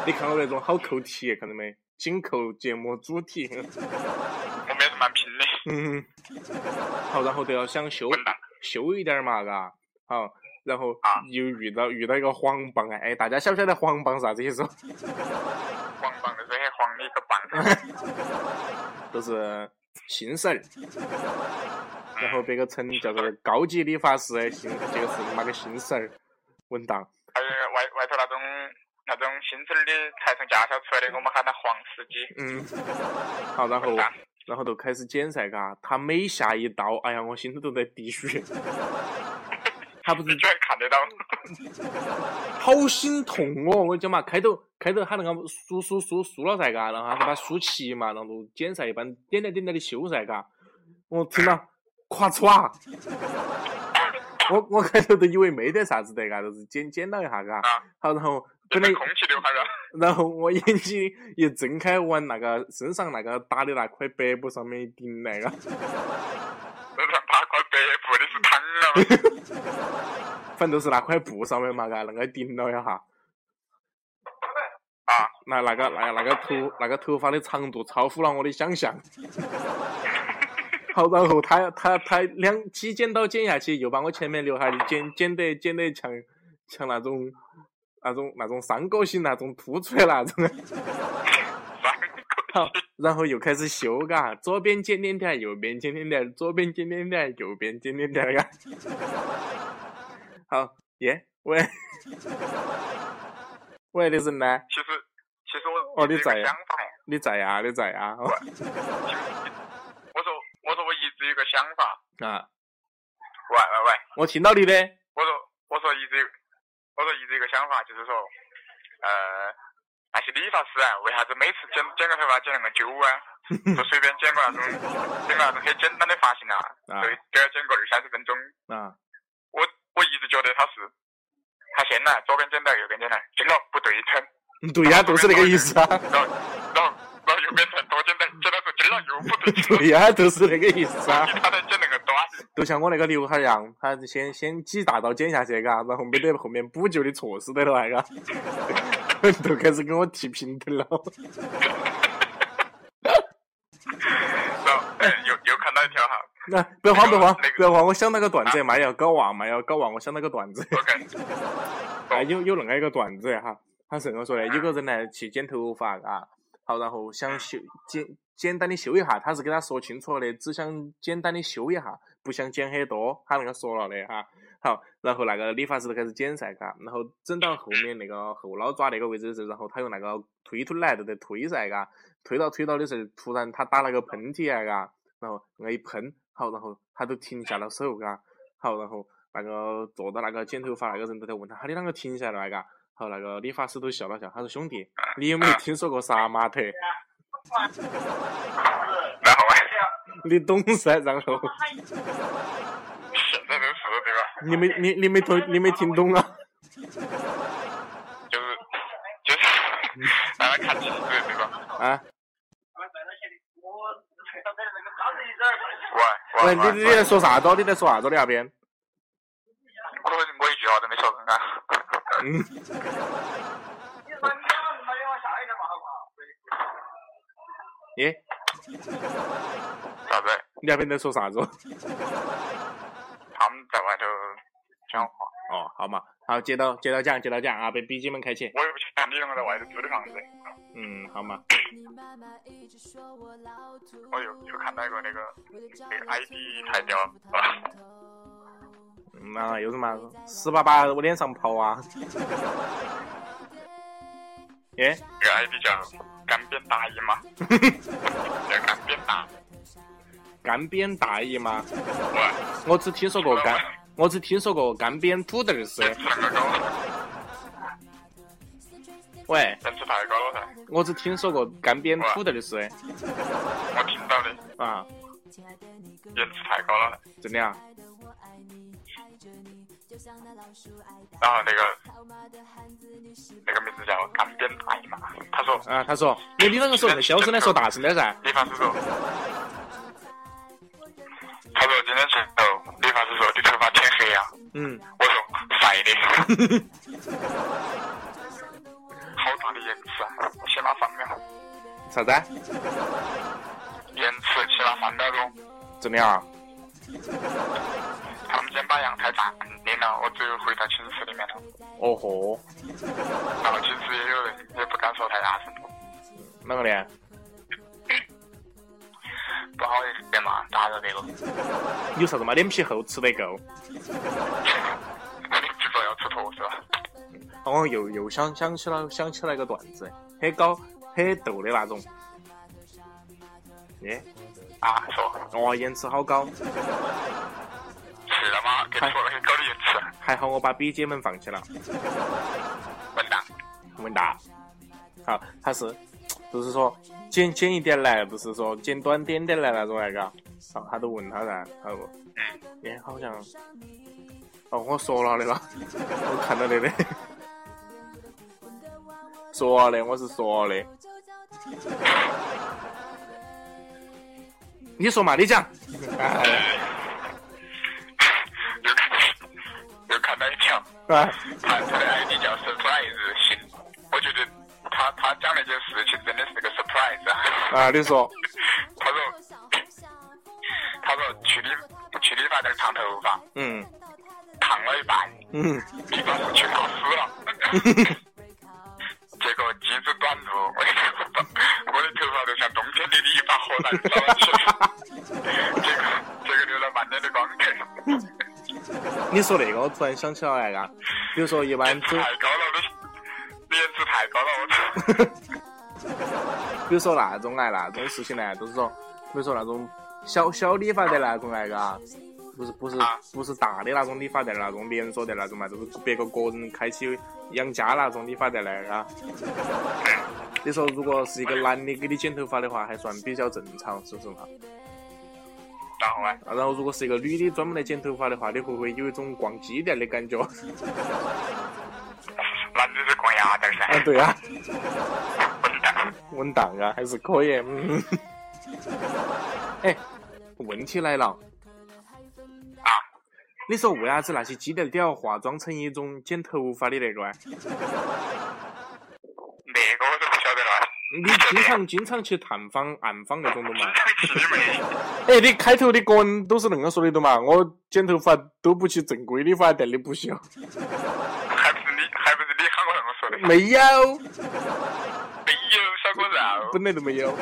你看我那种好扣题，看到没？紧扣节目主题，
我们也是蛮拼的，
嗯，好，然后都要想修
混蛋！
修一点儿嘛，嘎，好，然后
啊
又遇到遇到一个黄棒哎，大家晓不晓得黄棒啥子意思？
黄棒的这些黄的一个棒。
就是新手儿，然后别个称叫做高级理发师，新这个是妈个新手儿，稳当。
还有外外头那种那种新手儿的，还成乘驾校车的，我们喊他黄司机。
嗯，好，然后然后就开始剪噻，嘎，他每下一刀，哎呀，我心头都在滴血。他不是
你居然看得到？
好心痛哦！我讲嘛，开头开头他那个输输输输了噻，嘎，然后他把输齐嘛，然后剪噻，一般点来点来的修噻，嘎。我听到，咵唰，我我开头都以为没得啥子的，嘎，就是剪剪了一下，嘎。好，然后本来
有 (laughs) 空气刘海了。
(laughs) 然后我眼睛一睁开，往那个身上那个打的那块白布上面一顶来，嘎。
身上打块白布的是躺
(laughs)
了。
反正都是那块布上面嘛，嘎，那个顶了一下。
啊，
那那个那那个头那个头发的长度超乎了我的想象。好，然后他他他两几剪刀剪下去，又把我前面刘海儿剪剪得剪得像像那种那种那种三角形那种凸出来那种。好，然后又开始修，嘎，左边剪点点，右边剪点点，左边剪点点，右边剪点点，嘎。好，耶，喂， (laughs) 喂，李神呢？
其实其实我
哦你在呀
有一个想法，
你在呀、你在啊呀、
我说我说我一直有个想法，
啊，
喂喂喂，
我听到你的，
我说我说一直有我说一直有个想法，就是说，呃，那些理发师啊，为啥子每次剪剪个头发剪那么久
(laughs)
啊？就随便剪个那种剪个那种很简单的发型
啊
啊，就就要剪个二三十分钟。
啊，
我我一直觉得他是他先来左边剪到右边剪来，剪了不对 (laughs) 称。
对呀、就是那个意思啊，
然后然后然后右边再多剪点，剪到是剪了又不对称，
对呀、啊就是那个意思啊， (laughs)
他再剪那个短。
就像我那个刘海儿一样，他先先几大刀剪下去，嘎，然后没得后面补救的措施的了，嘎， (laughs) 就开始跟我提平等了， (laughs)
然后哎，又又看到一条哈
那不要慌，不要慌
那个，
不要慌，我想到个段子嘛，要搞忘嘛，要搞忘，我想到个段子。
，OK，
哎，有有恁个一个段子啊哈，他是恁个说的，有个人来去剪头发啊，好，然后想修简简单的修一下，他是给他说清楚的，只想简单的修一下，不想剪很多，他那个说了的哈。好，然后那个理发师就开始剪噻，嘎，然后整到后面那个后脑爪那个位置的时候，然后他用那个推推来的在推噻，嘎，推到推到的时候，突然他打了个喷嚏啊，嘎，然后那个一喷，好，然后他都停下了手，嘎，好，然后那个坐到那个剪头发那个人都在问他，他你啷个停下来嘎？好，那个理发师都笑了笑，他说兄弟，你有没有听说过杀马特？
然后哎，
你懂噻？然后
现在都是对吧？
你没你你没懂你没听懂啊？ (laughs)
就是就是让他看清楚对吧？
啊，
喂
喂，
喂
你你你在说啥子？你在说啥子？你那边？
我我一句话都没说成啊。
嗯，耶，
啥子？
你那边在说啥子？ (laughs) 哦，
他们在外头讲话，
好嘛，好，接到接到讲接到讲啊，被笔记们开启。
我也不像你那个在外头租的房子。
嗯，好嘛，
哎
我有有看到一个那个那个 ID 太屌了，
啊
嗯啊，又是嘛，屎粑粑我脸上跑啊！ (laughs) 耶，
这个 ID 叫干煸大姨妈，叫干煸大。
干煸大姨妈，
喂，
我只听说过干，我只听说过干煸土豆丝。
上个高，
喂，
人吃太高了噻，
我只听说过干煸土豆丝
我听到的，
啊，
人吃太高了。
真的啊？
然后那个那个名字叫干煸大姨妈，他说
啊，他说，你你啷个说那么小声呢？说大声点噻。
理发师说，他说今天去哦，理发师说你头发挺黑呀、
嗯，
我说晒的，好大的延迟啊，起码三秒，
啥子？啊
延迟起码三秒钟。
真的啊？
他们先把阳台暂停了，我只有回到寝室里面了。
哦豁，
然后寝室也有人，也不敢说太大声，
啷个呢？
不好意思嘛，打扰那个。 (laughs)
有啥子嘛？脸皮厚，吃得够。
你就说要出头是吧？
哦，又又想想起了想起来一个段子，很高很逗的那种。耶、
啊，说
哦，颜值好高，
是的吗？给你说了很高的颜值，
还好我把 B 姐们放起了，
混蛋！
问答。好，他是，就是说简简一点来，不是说简短点点来那种来嘎。然后他都问他噻，他说，耶，好像，哦，我说了的啦，我看到的的，说了的，我是说了的。你说嘛，你讲。
又看又看到一条，
啊，
他他的 ID 叫 surprise 行，我觉得他他讲那件事情真的是个 surprise 啊。
啊，你说，
他说他说去理去理发店烫头发，
嗯
烫了一半，
嗯，
理发师去烫死了。 (laughs) 结果机子短路，我的头发，我的头发都像冬天的一把火燃烧起来，结果结果留了满脸的光头，
你说那个，我突然想起来了嘎。比如说，一般走，
太高了，你颜值太高了，我操！
比如说那种来那种事情来，就是说，比如说那种小小理发店那种来嘎，不是不是
啊
不是大的那种理发店那种连锁店那种嘛，就是别个个人开起养家那种理发店来嘎。你说如果是一个男的给你剪头发的话，还算比较正常，是不是嘛？
然后呢？
啊然后如果是一个女的专门来剪头发的话，你会不会有一种逛鸡店的感觉？啊，
男的是逛鸭蛋噻，
对啊，
混蛋！
稳当啊，还是可以。嗯，哎，问题来了。
啊，
你说为啥子那些基调都要化妆成一种剪头发的那个啊？
那个我都不晓得了，
你经常经常去探访暗访那种的嘛？
气妹，
哎，你开头你个人都是恁个说的的嘛？我剪头发都不去正规理发店的补习哦，
还不是你，还不是你喊我那么说的？没
没有，
有，小哥绕，
本来都没有。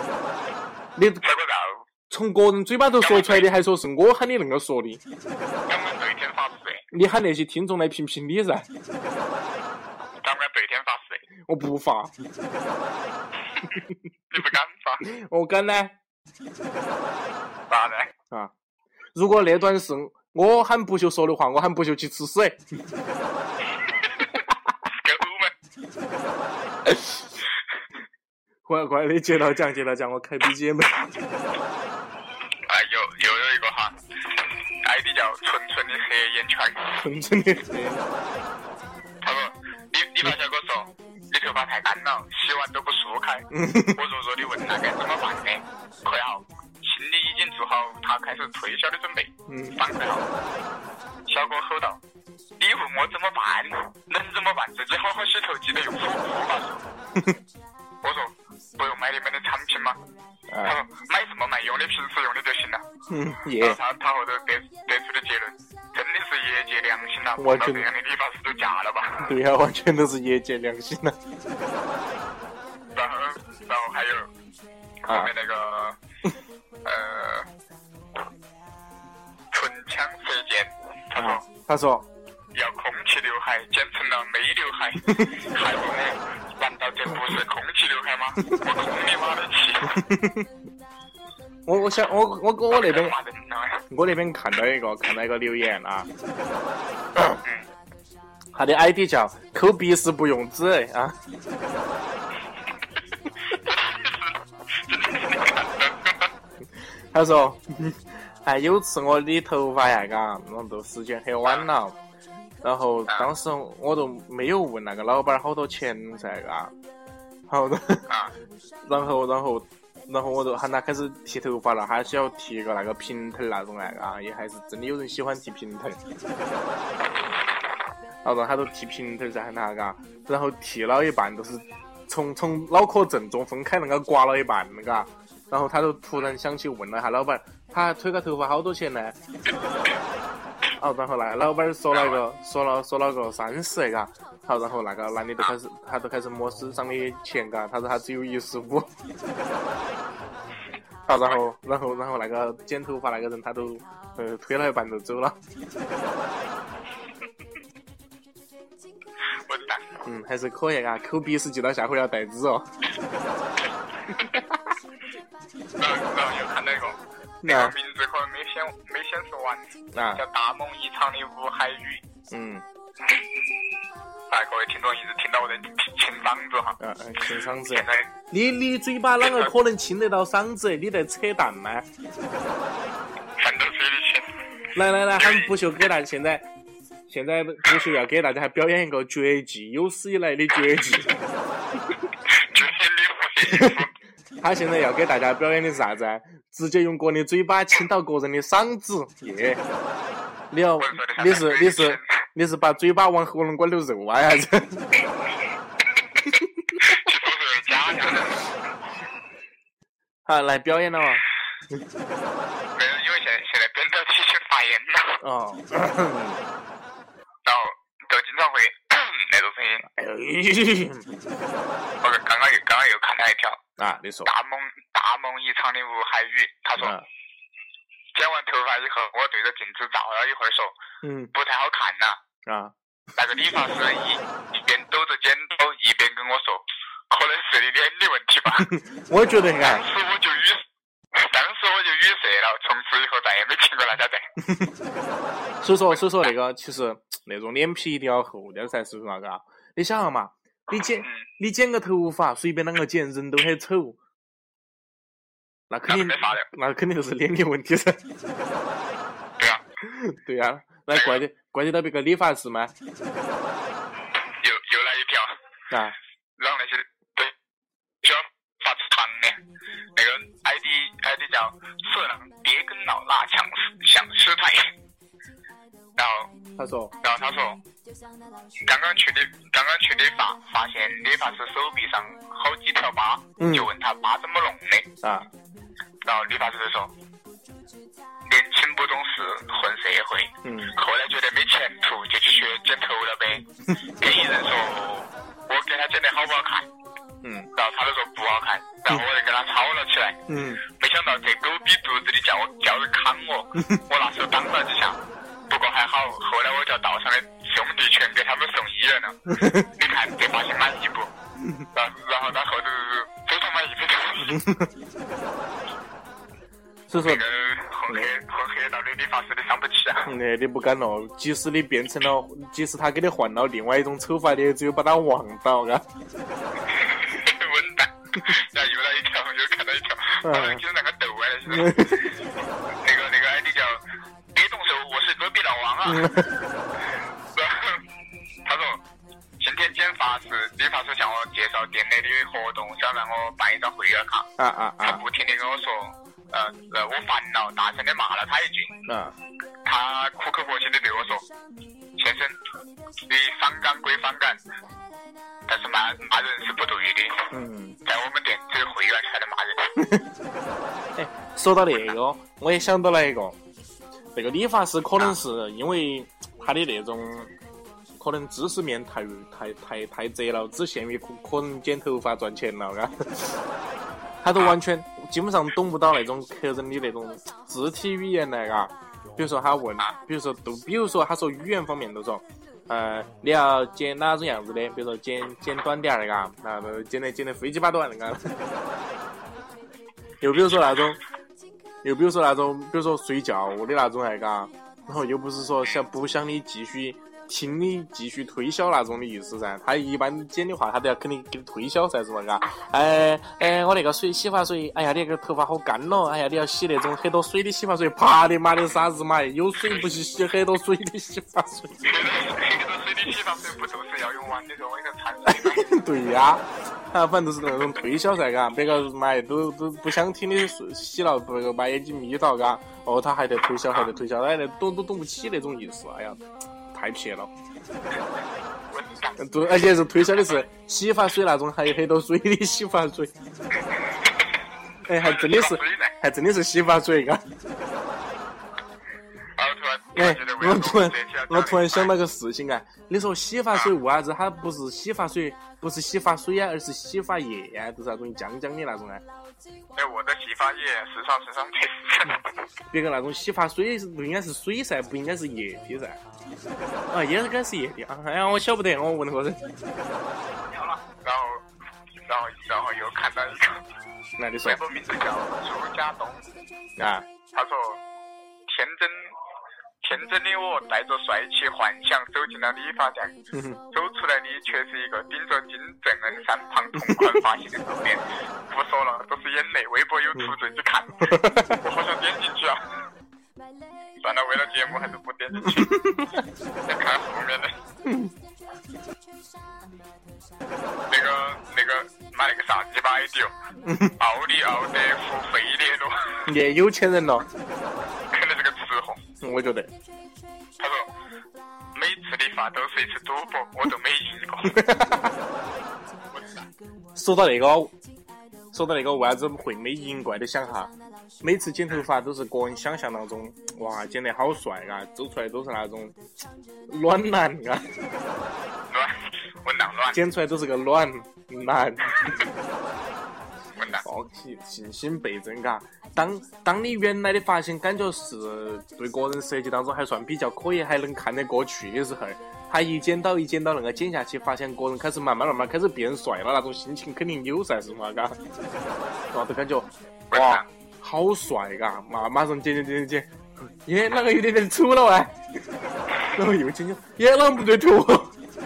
你
小哥绕。
从个人嘴巴头说出来的，还说是我喊你恁个说的，
敢不敢对天发誓？
你喊那些听众来评评理噻？
敢不敢对天发誓？
我不发，
你不敢发，
我敢呢
咋的？
啊！如果那段是我喊不朽说的话，我喊不朽去吃屎。
狗们，
快快的接到讲，接到讲，我开 BGM。
啊，又又有一个哈，ID 叫纯纯的黑眼圈。
纯纯的黑，
他说，你你把小哥说，你头发太干了，洗完都不梳
(laughs)
开。我弱弱的问他该怎么办呢？快好，心里已经做好他开始推销的准备。
嗯
反馈好，小哥吼道：“你问我怎么办？能怎么办？自己好好洗头，记得用护肤吧。”我说：“不用买你们的产品吗？”
(laughs)
他
啊，
说：“买什么买？用的平时用的就行了。”
嗯
然后
耶，
他他后头得得出的结论，真的是业界良心啊呐！
我
碰到
觉得
这样的理发师都嫁了吧？
对呀、完全都是业界良心啊了
然后然后还有后
嗯啊
面那个呃，唇枪舌剑，他说。
啊！他说，
要空气刘海，剪成了没刘
(laughs)
海，还问我，难道这不是空气刘海吗？我空你妈的气！啊
我我想我我我那边
骂人了，
我那边看到一个看到一个留言啊，嗯他的 ID 叫抠鼻屎不用纸啊， (laughs) 他说， (laughs) 还有次我理头发呀，嘎，然后都时间很晚了，然后当时我都没有问那个老板好多钱噻，嘎，好的。
啊，
然后然后然后我就喊他开始剃头发了，还是要剃一个那个平头那种来啊，也还是真的有人喜欢剃平头。然后让他都剃平头噻，喊他嘎，然后剃了一半都是从从脑壳正中分开那个刮了一半那个，然后他就突然想起问了一下老板，他推个头发好多钱呢？哦，然后那个老板儿说了一个，说了说了个三十，嘎，好，然后那个男的都开始，他都开始摸身上的钱，嘎，他说他只有一十五。好，然后然后然后那个剪头发那个人他都呃推了一半就走了，
混蛋！
嗯，嗯，还是可以啊。抠鼻屎记到下回要带纸哦。
然后然后又看到一个，那个名字可能没先没先说完，
啊
叫，《大梦一场》的吴海宇。
嗯，
(laughs) 哎，各位听众一直听到我的清清嗓子哈，
呃，呃清嗓子。
现在
你你嘴巴啷个可能清得到嗓子？你在扯淡吗？
全都是你的清。
来来来，喊不朽给大家现在现在不朽要给大家还表演一个绝技，有史以来的绝技。
绝对不服。
他现在要给大家表演的是啥子啊？直接用个人的嘴巴亲到个人的嗓子，耶！你要你是你是你是把嘴巴往喉咙管头揉啊还是？
其实我是假的，
(laughs) 好，来表演了哦嘛？
没有，因为现在现在编导体性发炎了，
哦，
然后就经常会 (coughs) 那种声音。
哎呦，
我刚刚又刚刚又看到一条
啊，你说，
大梦大梦一场的吴海宇，他说
啊，
剪完头发以后，我对着镜子照了一会儿，说
嗯
不太好看呐、
啊，
那个理发师一一边抖着剪刀，一边跟我说，可能是你脸的问题吧。
我觉得
当
啊，
时我就语，当时我就语塞了，从此以后再也没听过那家店。
所以说所以说那个其实那种脸皮一定要厚点儿才是那个啊。你想下嘛，你剪
嗯，
你剪个头发，随便啷个剪，人都很丑，那肯定
那没法的
那肯定就是脸的问题噻。 (laughs)
对啊，
对呀、那怪得怪得到别个理发师吗？
又又来一条，
啊，
让那些对需要发长的，那个 ID ID 叫色狼，别跟老衲抢抢师太。然后
他说
然后他说，刚刚去的刚刚去理发，发现理发师手臂上好几条疤，
嗯
就问他疤怎么弄的，
啊，
然后理发师就说，年轻不懂事，混社会。
嗯，
后来觉得没前途，就去学剪头了呗。跟艺人说，我给他剪得好不好看，
嗯
然后他就说不好看，然后我就跟他吵了起来。
嗯，
没想到这狗逼犊子的叫我叫人砍我，我那时候挡了几下，不过还好，后来我叫道上的兄弟全给他们送医院了。你看这发型满意不？然后然后他后头就是非常满意，非常满意。
所以说
那个混黑混黑道的理发师的伤不起啊！
嗯那你不敢咯，即使你变成了，即使他给你换了另外一种丑法，你也只有把他忘到啊。
稳当， (laughs) 然后又来一条，又看到一条，
嗯
把那就是那个豆啊，就是
(laughs)
那个那个 ID 叫别动手，我是隔壁老王啊。
嗯
(laughs) 然后 (laughs) 他说今天剪发是理发师向我介绍店内的活动，想让我办一张会员卡，
啊啊
他
啊
不停的跟我说，呃呃，我烦了，大声的骂了他一句，
啊！
他苦口婆心的对我说：“先生，你反感归反感，但是骂骂人是不对的。
嗯，
在我们店只有会员才能
(laughs)
骂人。
哎，说到那个，我也想到了一个，那个理发师可能是因为他的那种。可能知识面太太太太窄了，只限于可可能剪头发赚钱了，嘎。 (laughs) 他都完全基本上懂不到那种客人的那种肢体语言来嘎。比如说他问，比如说都，比如说他说语言方面都说，呃，你要剪哪种样子的？比如说剪剪短点儿的嘎，那个剪得剪得飞机巴短的嘎。 (laughs) 又比如说那种，又比如说那种，比如说睡觉的那种哎嘎，然后又不是说想不想你继续听你继续推销那种的意思噻。他一般剪的话，他都要肯定给你推销噻，是吧？嘎，哎哎，我那个水洗发水，哎呀，你那个头发好干咯，哎呀，你要洗那种很多水的洗发水，啪的妈的啥子嘛，有水不洗，洗很多水的洗发水。
黑多水的洗发水不都是要用完那种那个产水吗？
(laughs) 对呀、啊，反正都是那种推销噻，嘎，别个买都都不想听的说洗了，别个把眼睛眯到，嘎，哦，他还在推销，还在推销，哎，那懂都懂不起那种意思，哎呀，太撇了。
我当
对，而且是推销的是洗发水那种，还有很多水的洗发水。哎，还真的是，还真的是洗发水，嘎，
然后突然
哎
觉得，为
我
什么
突然
这期要讲
哎我突然
理财
想到个事情哎，你说洗发水为啥子它不是洗发水，不是洗发水啊，而是洗发液呀、都是那种浆浆的那种啊。
哎，我的洗发液时尚时尚的，
别个那种洗发水是不应该是水噻，不应该是液体噻？啊，也应该是液体啊！哎呀，我晓不得，我问那个人。
然后然后然后又看到一个
那你说
微博名字叫朱家东，
啊？
他说天真天真的我带着帅气幻想走进了理发店，
哼哼
走出来的却是一个顶着金正恩衫、烫同款发型的少年。不说了，都是眼泪。微博有图自己看，我好想点进去啊！算了，为了节目还是不点进去，先看后面的。那个那个妈那个啥鸡巴 ID 哦，奥利奥德福费列罗，
也有钱人了，
可能是个吃货。
我觉得。哎
他说每次理发都是一次赌博，我都没赢过。
(laughs) 说到那个，说到那个为啥子会没赢过来的想哈，啊每次剪头发都是个人想象当中，哇，剪得好帅啊，走出来都是那种暖男啊，
乱，我浪乱，
剪出来都是个暖男。
我浪。
好奇信心倍增，嘎。当当你原来的发型感觉是对个人设计当中还算比较可以，还能看得过去的时候，他一剪刀一剪刀那个剪下去，发现个人开始慢慢慢慢开始变帅了，那种心情肯定有噻，是嘛，嘎？ (laughs) 哇，都感觉哇，好帅，嘎！马马上剪剪剪剪剪，耶，那个有点点丑了哎， (laughs) 然后又剪剪，耶，那个不对头。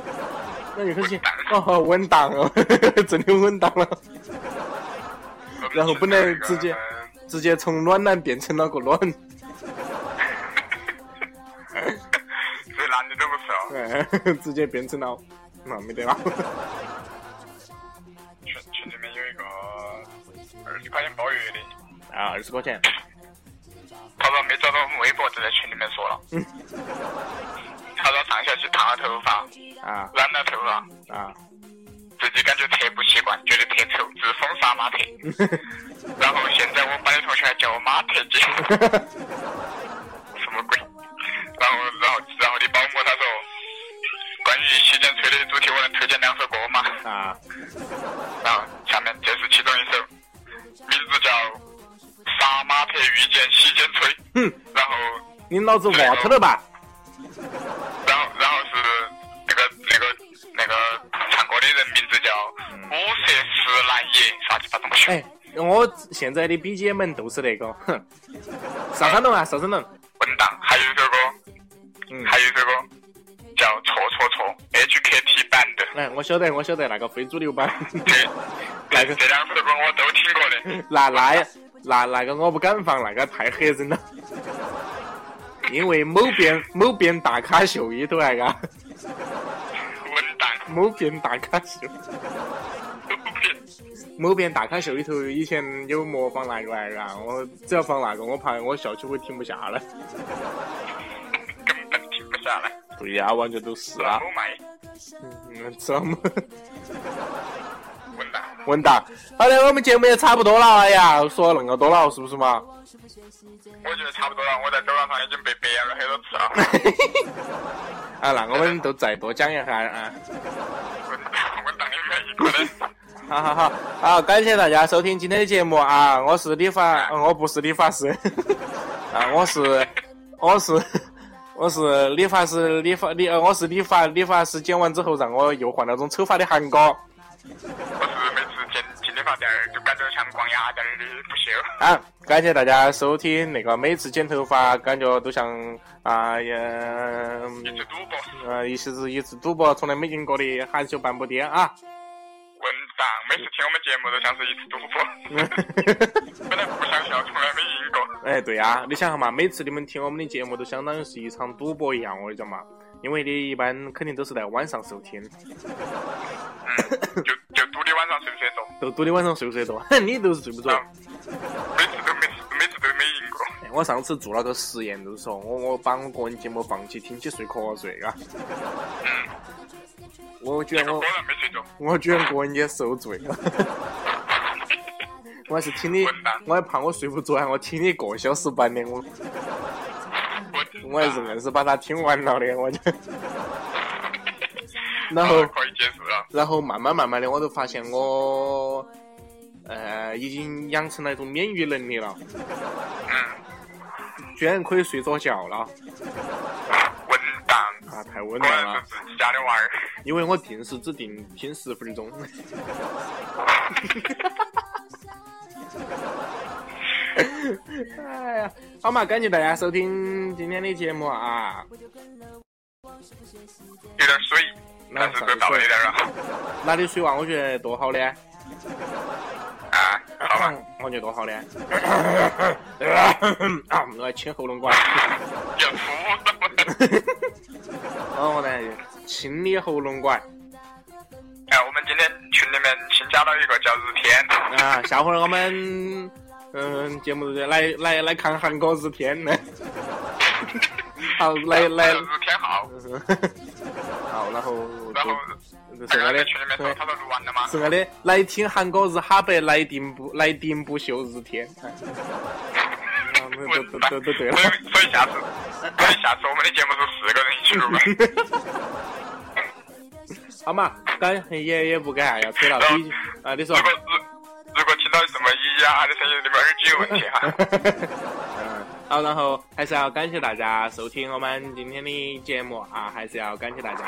(laughs) 那又开始剪哦，稳当哦， (laughs) 真的稳当了。然后本来直接直接从暖男变成了个暖，
这男的都不是哦，
哎， (laughs) 直接变成了，那没得了。
群群里面有一个二十块钱包月
(laughs)
的，
啊，二十块钱，
他说没找到我们微博，就在群里面说了。他说上下去烫了头发，
啊
染了头发，
啊，
自己感觉特不习惯，觉得特丑，自封杀马特。然后现在我班的同学还叫我马特姐，什么鬼？然后然后然后你保姆他说，关于洗剪吹的主题，我能推荐两首歌吗？
啊，
然后下面这是其中一首，名
哎
字叫《杀马特遇见洗剪吹》。
哼，
然后
你老子忘脱了吧？
然后然后是那个那个那个唱歌的人名字叫五色石兰叶，啥鸡巴东
嗯
西？
哎，我现在的 BGM 们都是那个，哼，上山龙啊，上山龙，
文档，还有一首歌，
嗯，
还有一首歌叫《错错错》HKT 版的，
哎，我晓得，我晓得那个非主流版， (laughs)
这
那嗯个嗯
这这两首歌我都听过的。
那那那那个我不敢放，那个太吓人了。因为某变某变大咖秀里头那个
文档，
啊某变大咖秀。某边大咖秀里头以前有模仿那个来个，我只要放那个，我怕我校区会停不下来。
根本停不下来。
对呀、完全都是啊。
Oh my，
嗯，这么
文档，
稳当。好的，我们节目也差不多了，哎呀，说了那么多了，是不是嘛？
我觉得差不多了，我在走廊上已经被别人很多
(laughs)
次了。
啊，那我们就再多讲一下啊。
文档，文档里面一个人。
好好好，好，感谢大家收听今天的节目啊！我是理发，呃我不是理发师，啊，我是我是我是理发师，理发理，呃我是理发理发师剪完之后让我又换了种丑发的韩哥。
我是每次进进理发店儿就感觉像逛夜店儿的不休。
啊，感谢大家收听那个每次剪头发，感觉都像啊也
一直赌博，
呃，一些是一次赌博从来没赢过的含羞半步癫啊。 (laughs)
文档每次听我们节目都像是一次赌博。本来不想笑，从来没赢
(laughs)
过。
哎，对呀、你想哈嘛，每次你们听我们的节目都相当于是一场赌博一样，我跟你讲嘛，因为你一般肯定都是在晚上收听，
嗯，就就赌你晚上睡不睡着，
都赌你晚上睡不睡着， (laughs) 你都是睡不着。
每次都没每次都没赢过。
哎我上次做了个实验，就是说我我把我个人节目放起听起睡瞌睡啊，我居然
果
我
然没睡着。
我居然个人也受罪了。我还是听你
混蛋，
哎我还怕我睡不着啊！我听你一个小时半的，我
我
我还是硬是把它听完了的，我就。然后
好可以结束了。
然后慢慢慢慢的，我就发现我，呃，已经养成了一种免疫能力了，居然可以睡着觉了
文档，
啊！太温
果
暖
然
了
是，自己家的娃儿。
因为我定时只定听十分钟，哎呀，好嘛，感谢大家收听今天的节目啊！
有点水，
那
但是都到
上
了
去
一点了。
哪里水哇？我觉得多好呢，
啊，好吧，
我觉得多好呢。啊，我要清喉咙管。
要 (laughs) 哭什么的？
然后呢，清理喉咙管
哎，我们今天群里面新加了一个叫日天，
啊。下回我们嗯节目来来来看韩国日片呢。好，来来，
日天好。
好，然后
然后
就
那
是
个
我
在
的
群里面说，他说录完了吗？ (laughs)
是我的来听韩国日哈白来定不来定不秀日天。哎啊，都都都都对了
所。以所以下次，所以下次我们的节目是四个人一起
(laughs)
录吧。
好嘛，敢也也不敢要吹了，比啊，你说 (laughs)
如，果如如果听到什么咿呀啊的声音，你们耳机有问
(laughs)
题哈。
嗯，好，然后还是要感谢大家收听我们今天的节目啊，还是要感谢大家。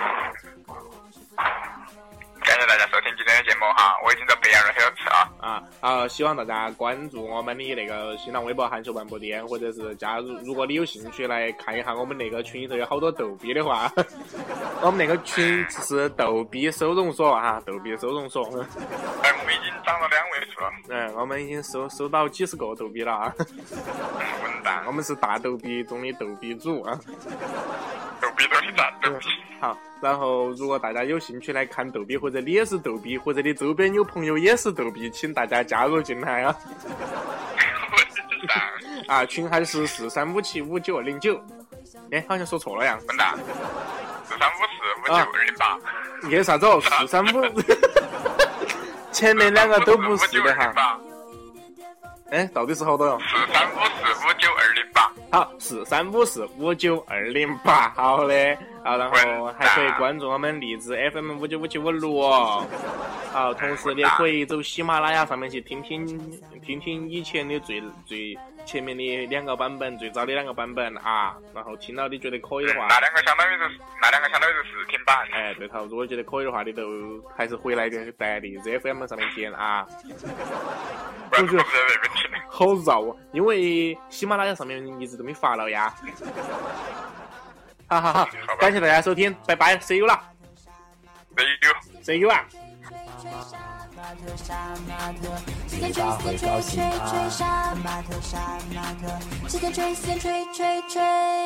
感谢大家收听今天的节目哈，我已经在北洋人很多次啊。
啊，啊，希望大家关注我们的那个新浪微博“韩秀漫播店”，或者是加入。如果你有兴趣来看一下我们那个群里头有好多逗逼的话， (laughs) 我们那个群是逗逼收容所啊，逗逼收容所。
哎，我们已经涨了两位数了，
嗯，我们已经收收到几十个逗逼了啊， (laughs)
嗯混蛋
我，们是大逗逼中的逗逼组啊。
逗比逗比咋逗比？
好，然后如果大家有兴趣来看逗比，或者你也是逗比，或者你周边有朋友也是逗比，请大家加入进来啊！(laughs)
混蛋，
啊，群号是四三五七五九零九。哎，好像说错了呀，
混蛋，四三五四五
啊
九二零八，
你啥子哦？四三五， (laughs) 前面两个都不是的哈。
哈。
哎，到底是好多哟？
四三五四五九二零八，
好，四三五四五九二零八，好的。好，然后还可以关注我们荔枝 FM 五九五七五六哦。好，同时你也可以走喜马拉雅上面去听听听听以前的最最前面的两个版本，最早的两个版本啊。然后听到你觉得可以的话，
那两个相当于是那两个相当于是试听版。
哎，对头，如果觉得可以的话，你就还是回来的在荔枝 FM 上面听啊。
不然不是那边听。
好绕啊，因为喜马拉雅上面一直都没发了呀。好好好，感谢大家收听，拜拜，see you 啦
没有。
，see you 啊。
马特杀马特，今天吹四吹吹吹杀马特杀马特，今天吹四吹吹吹。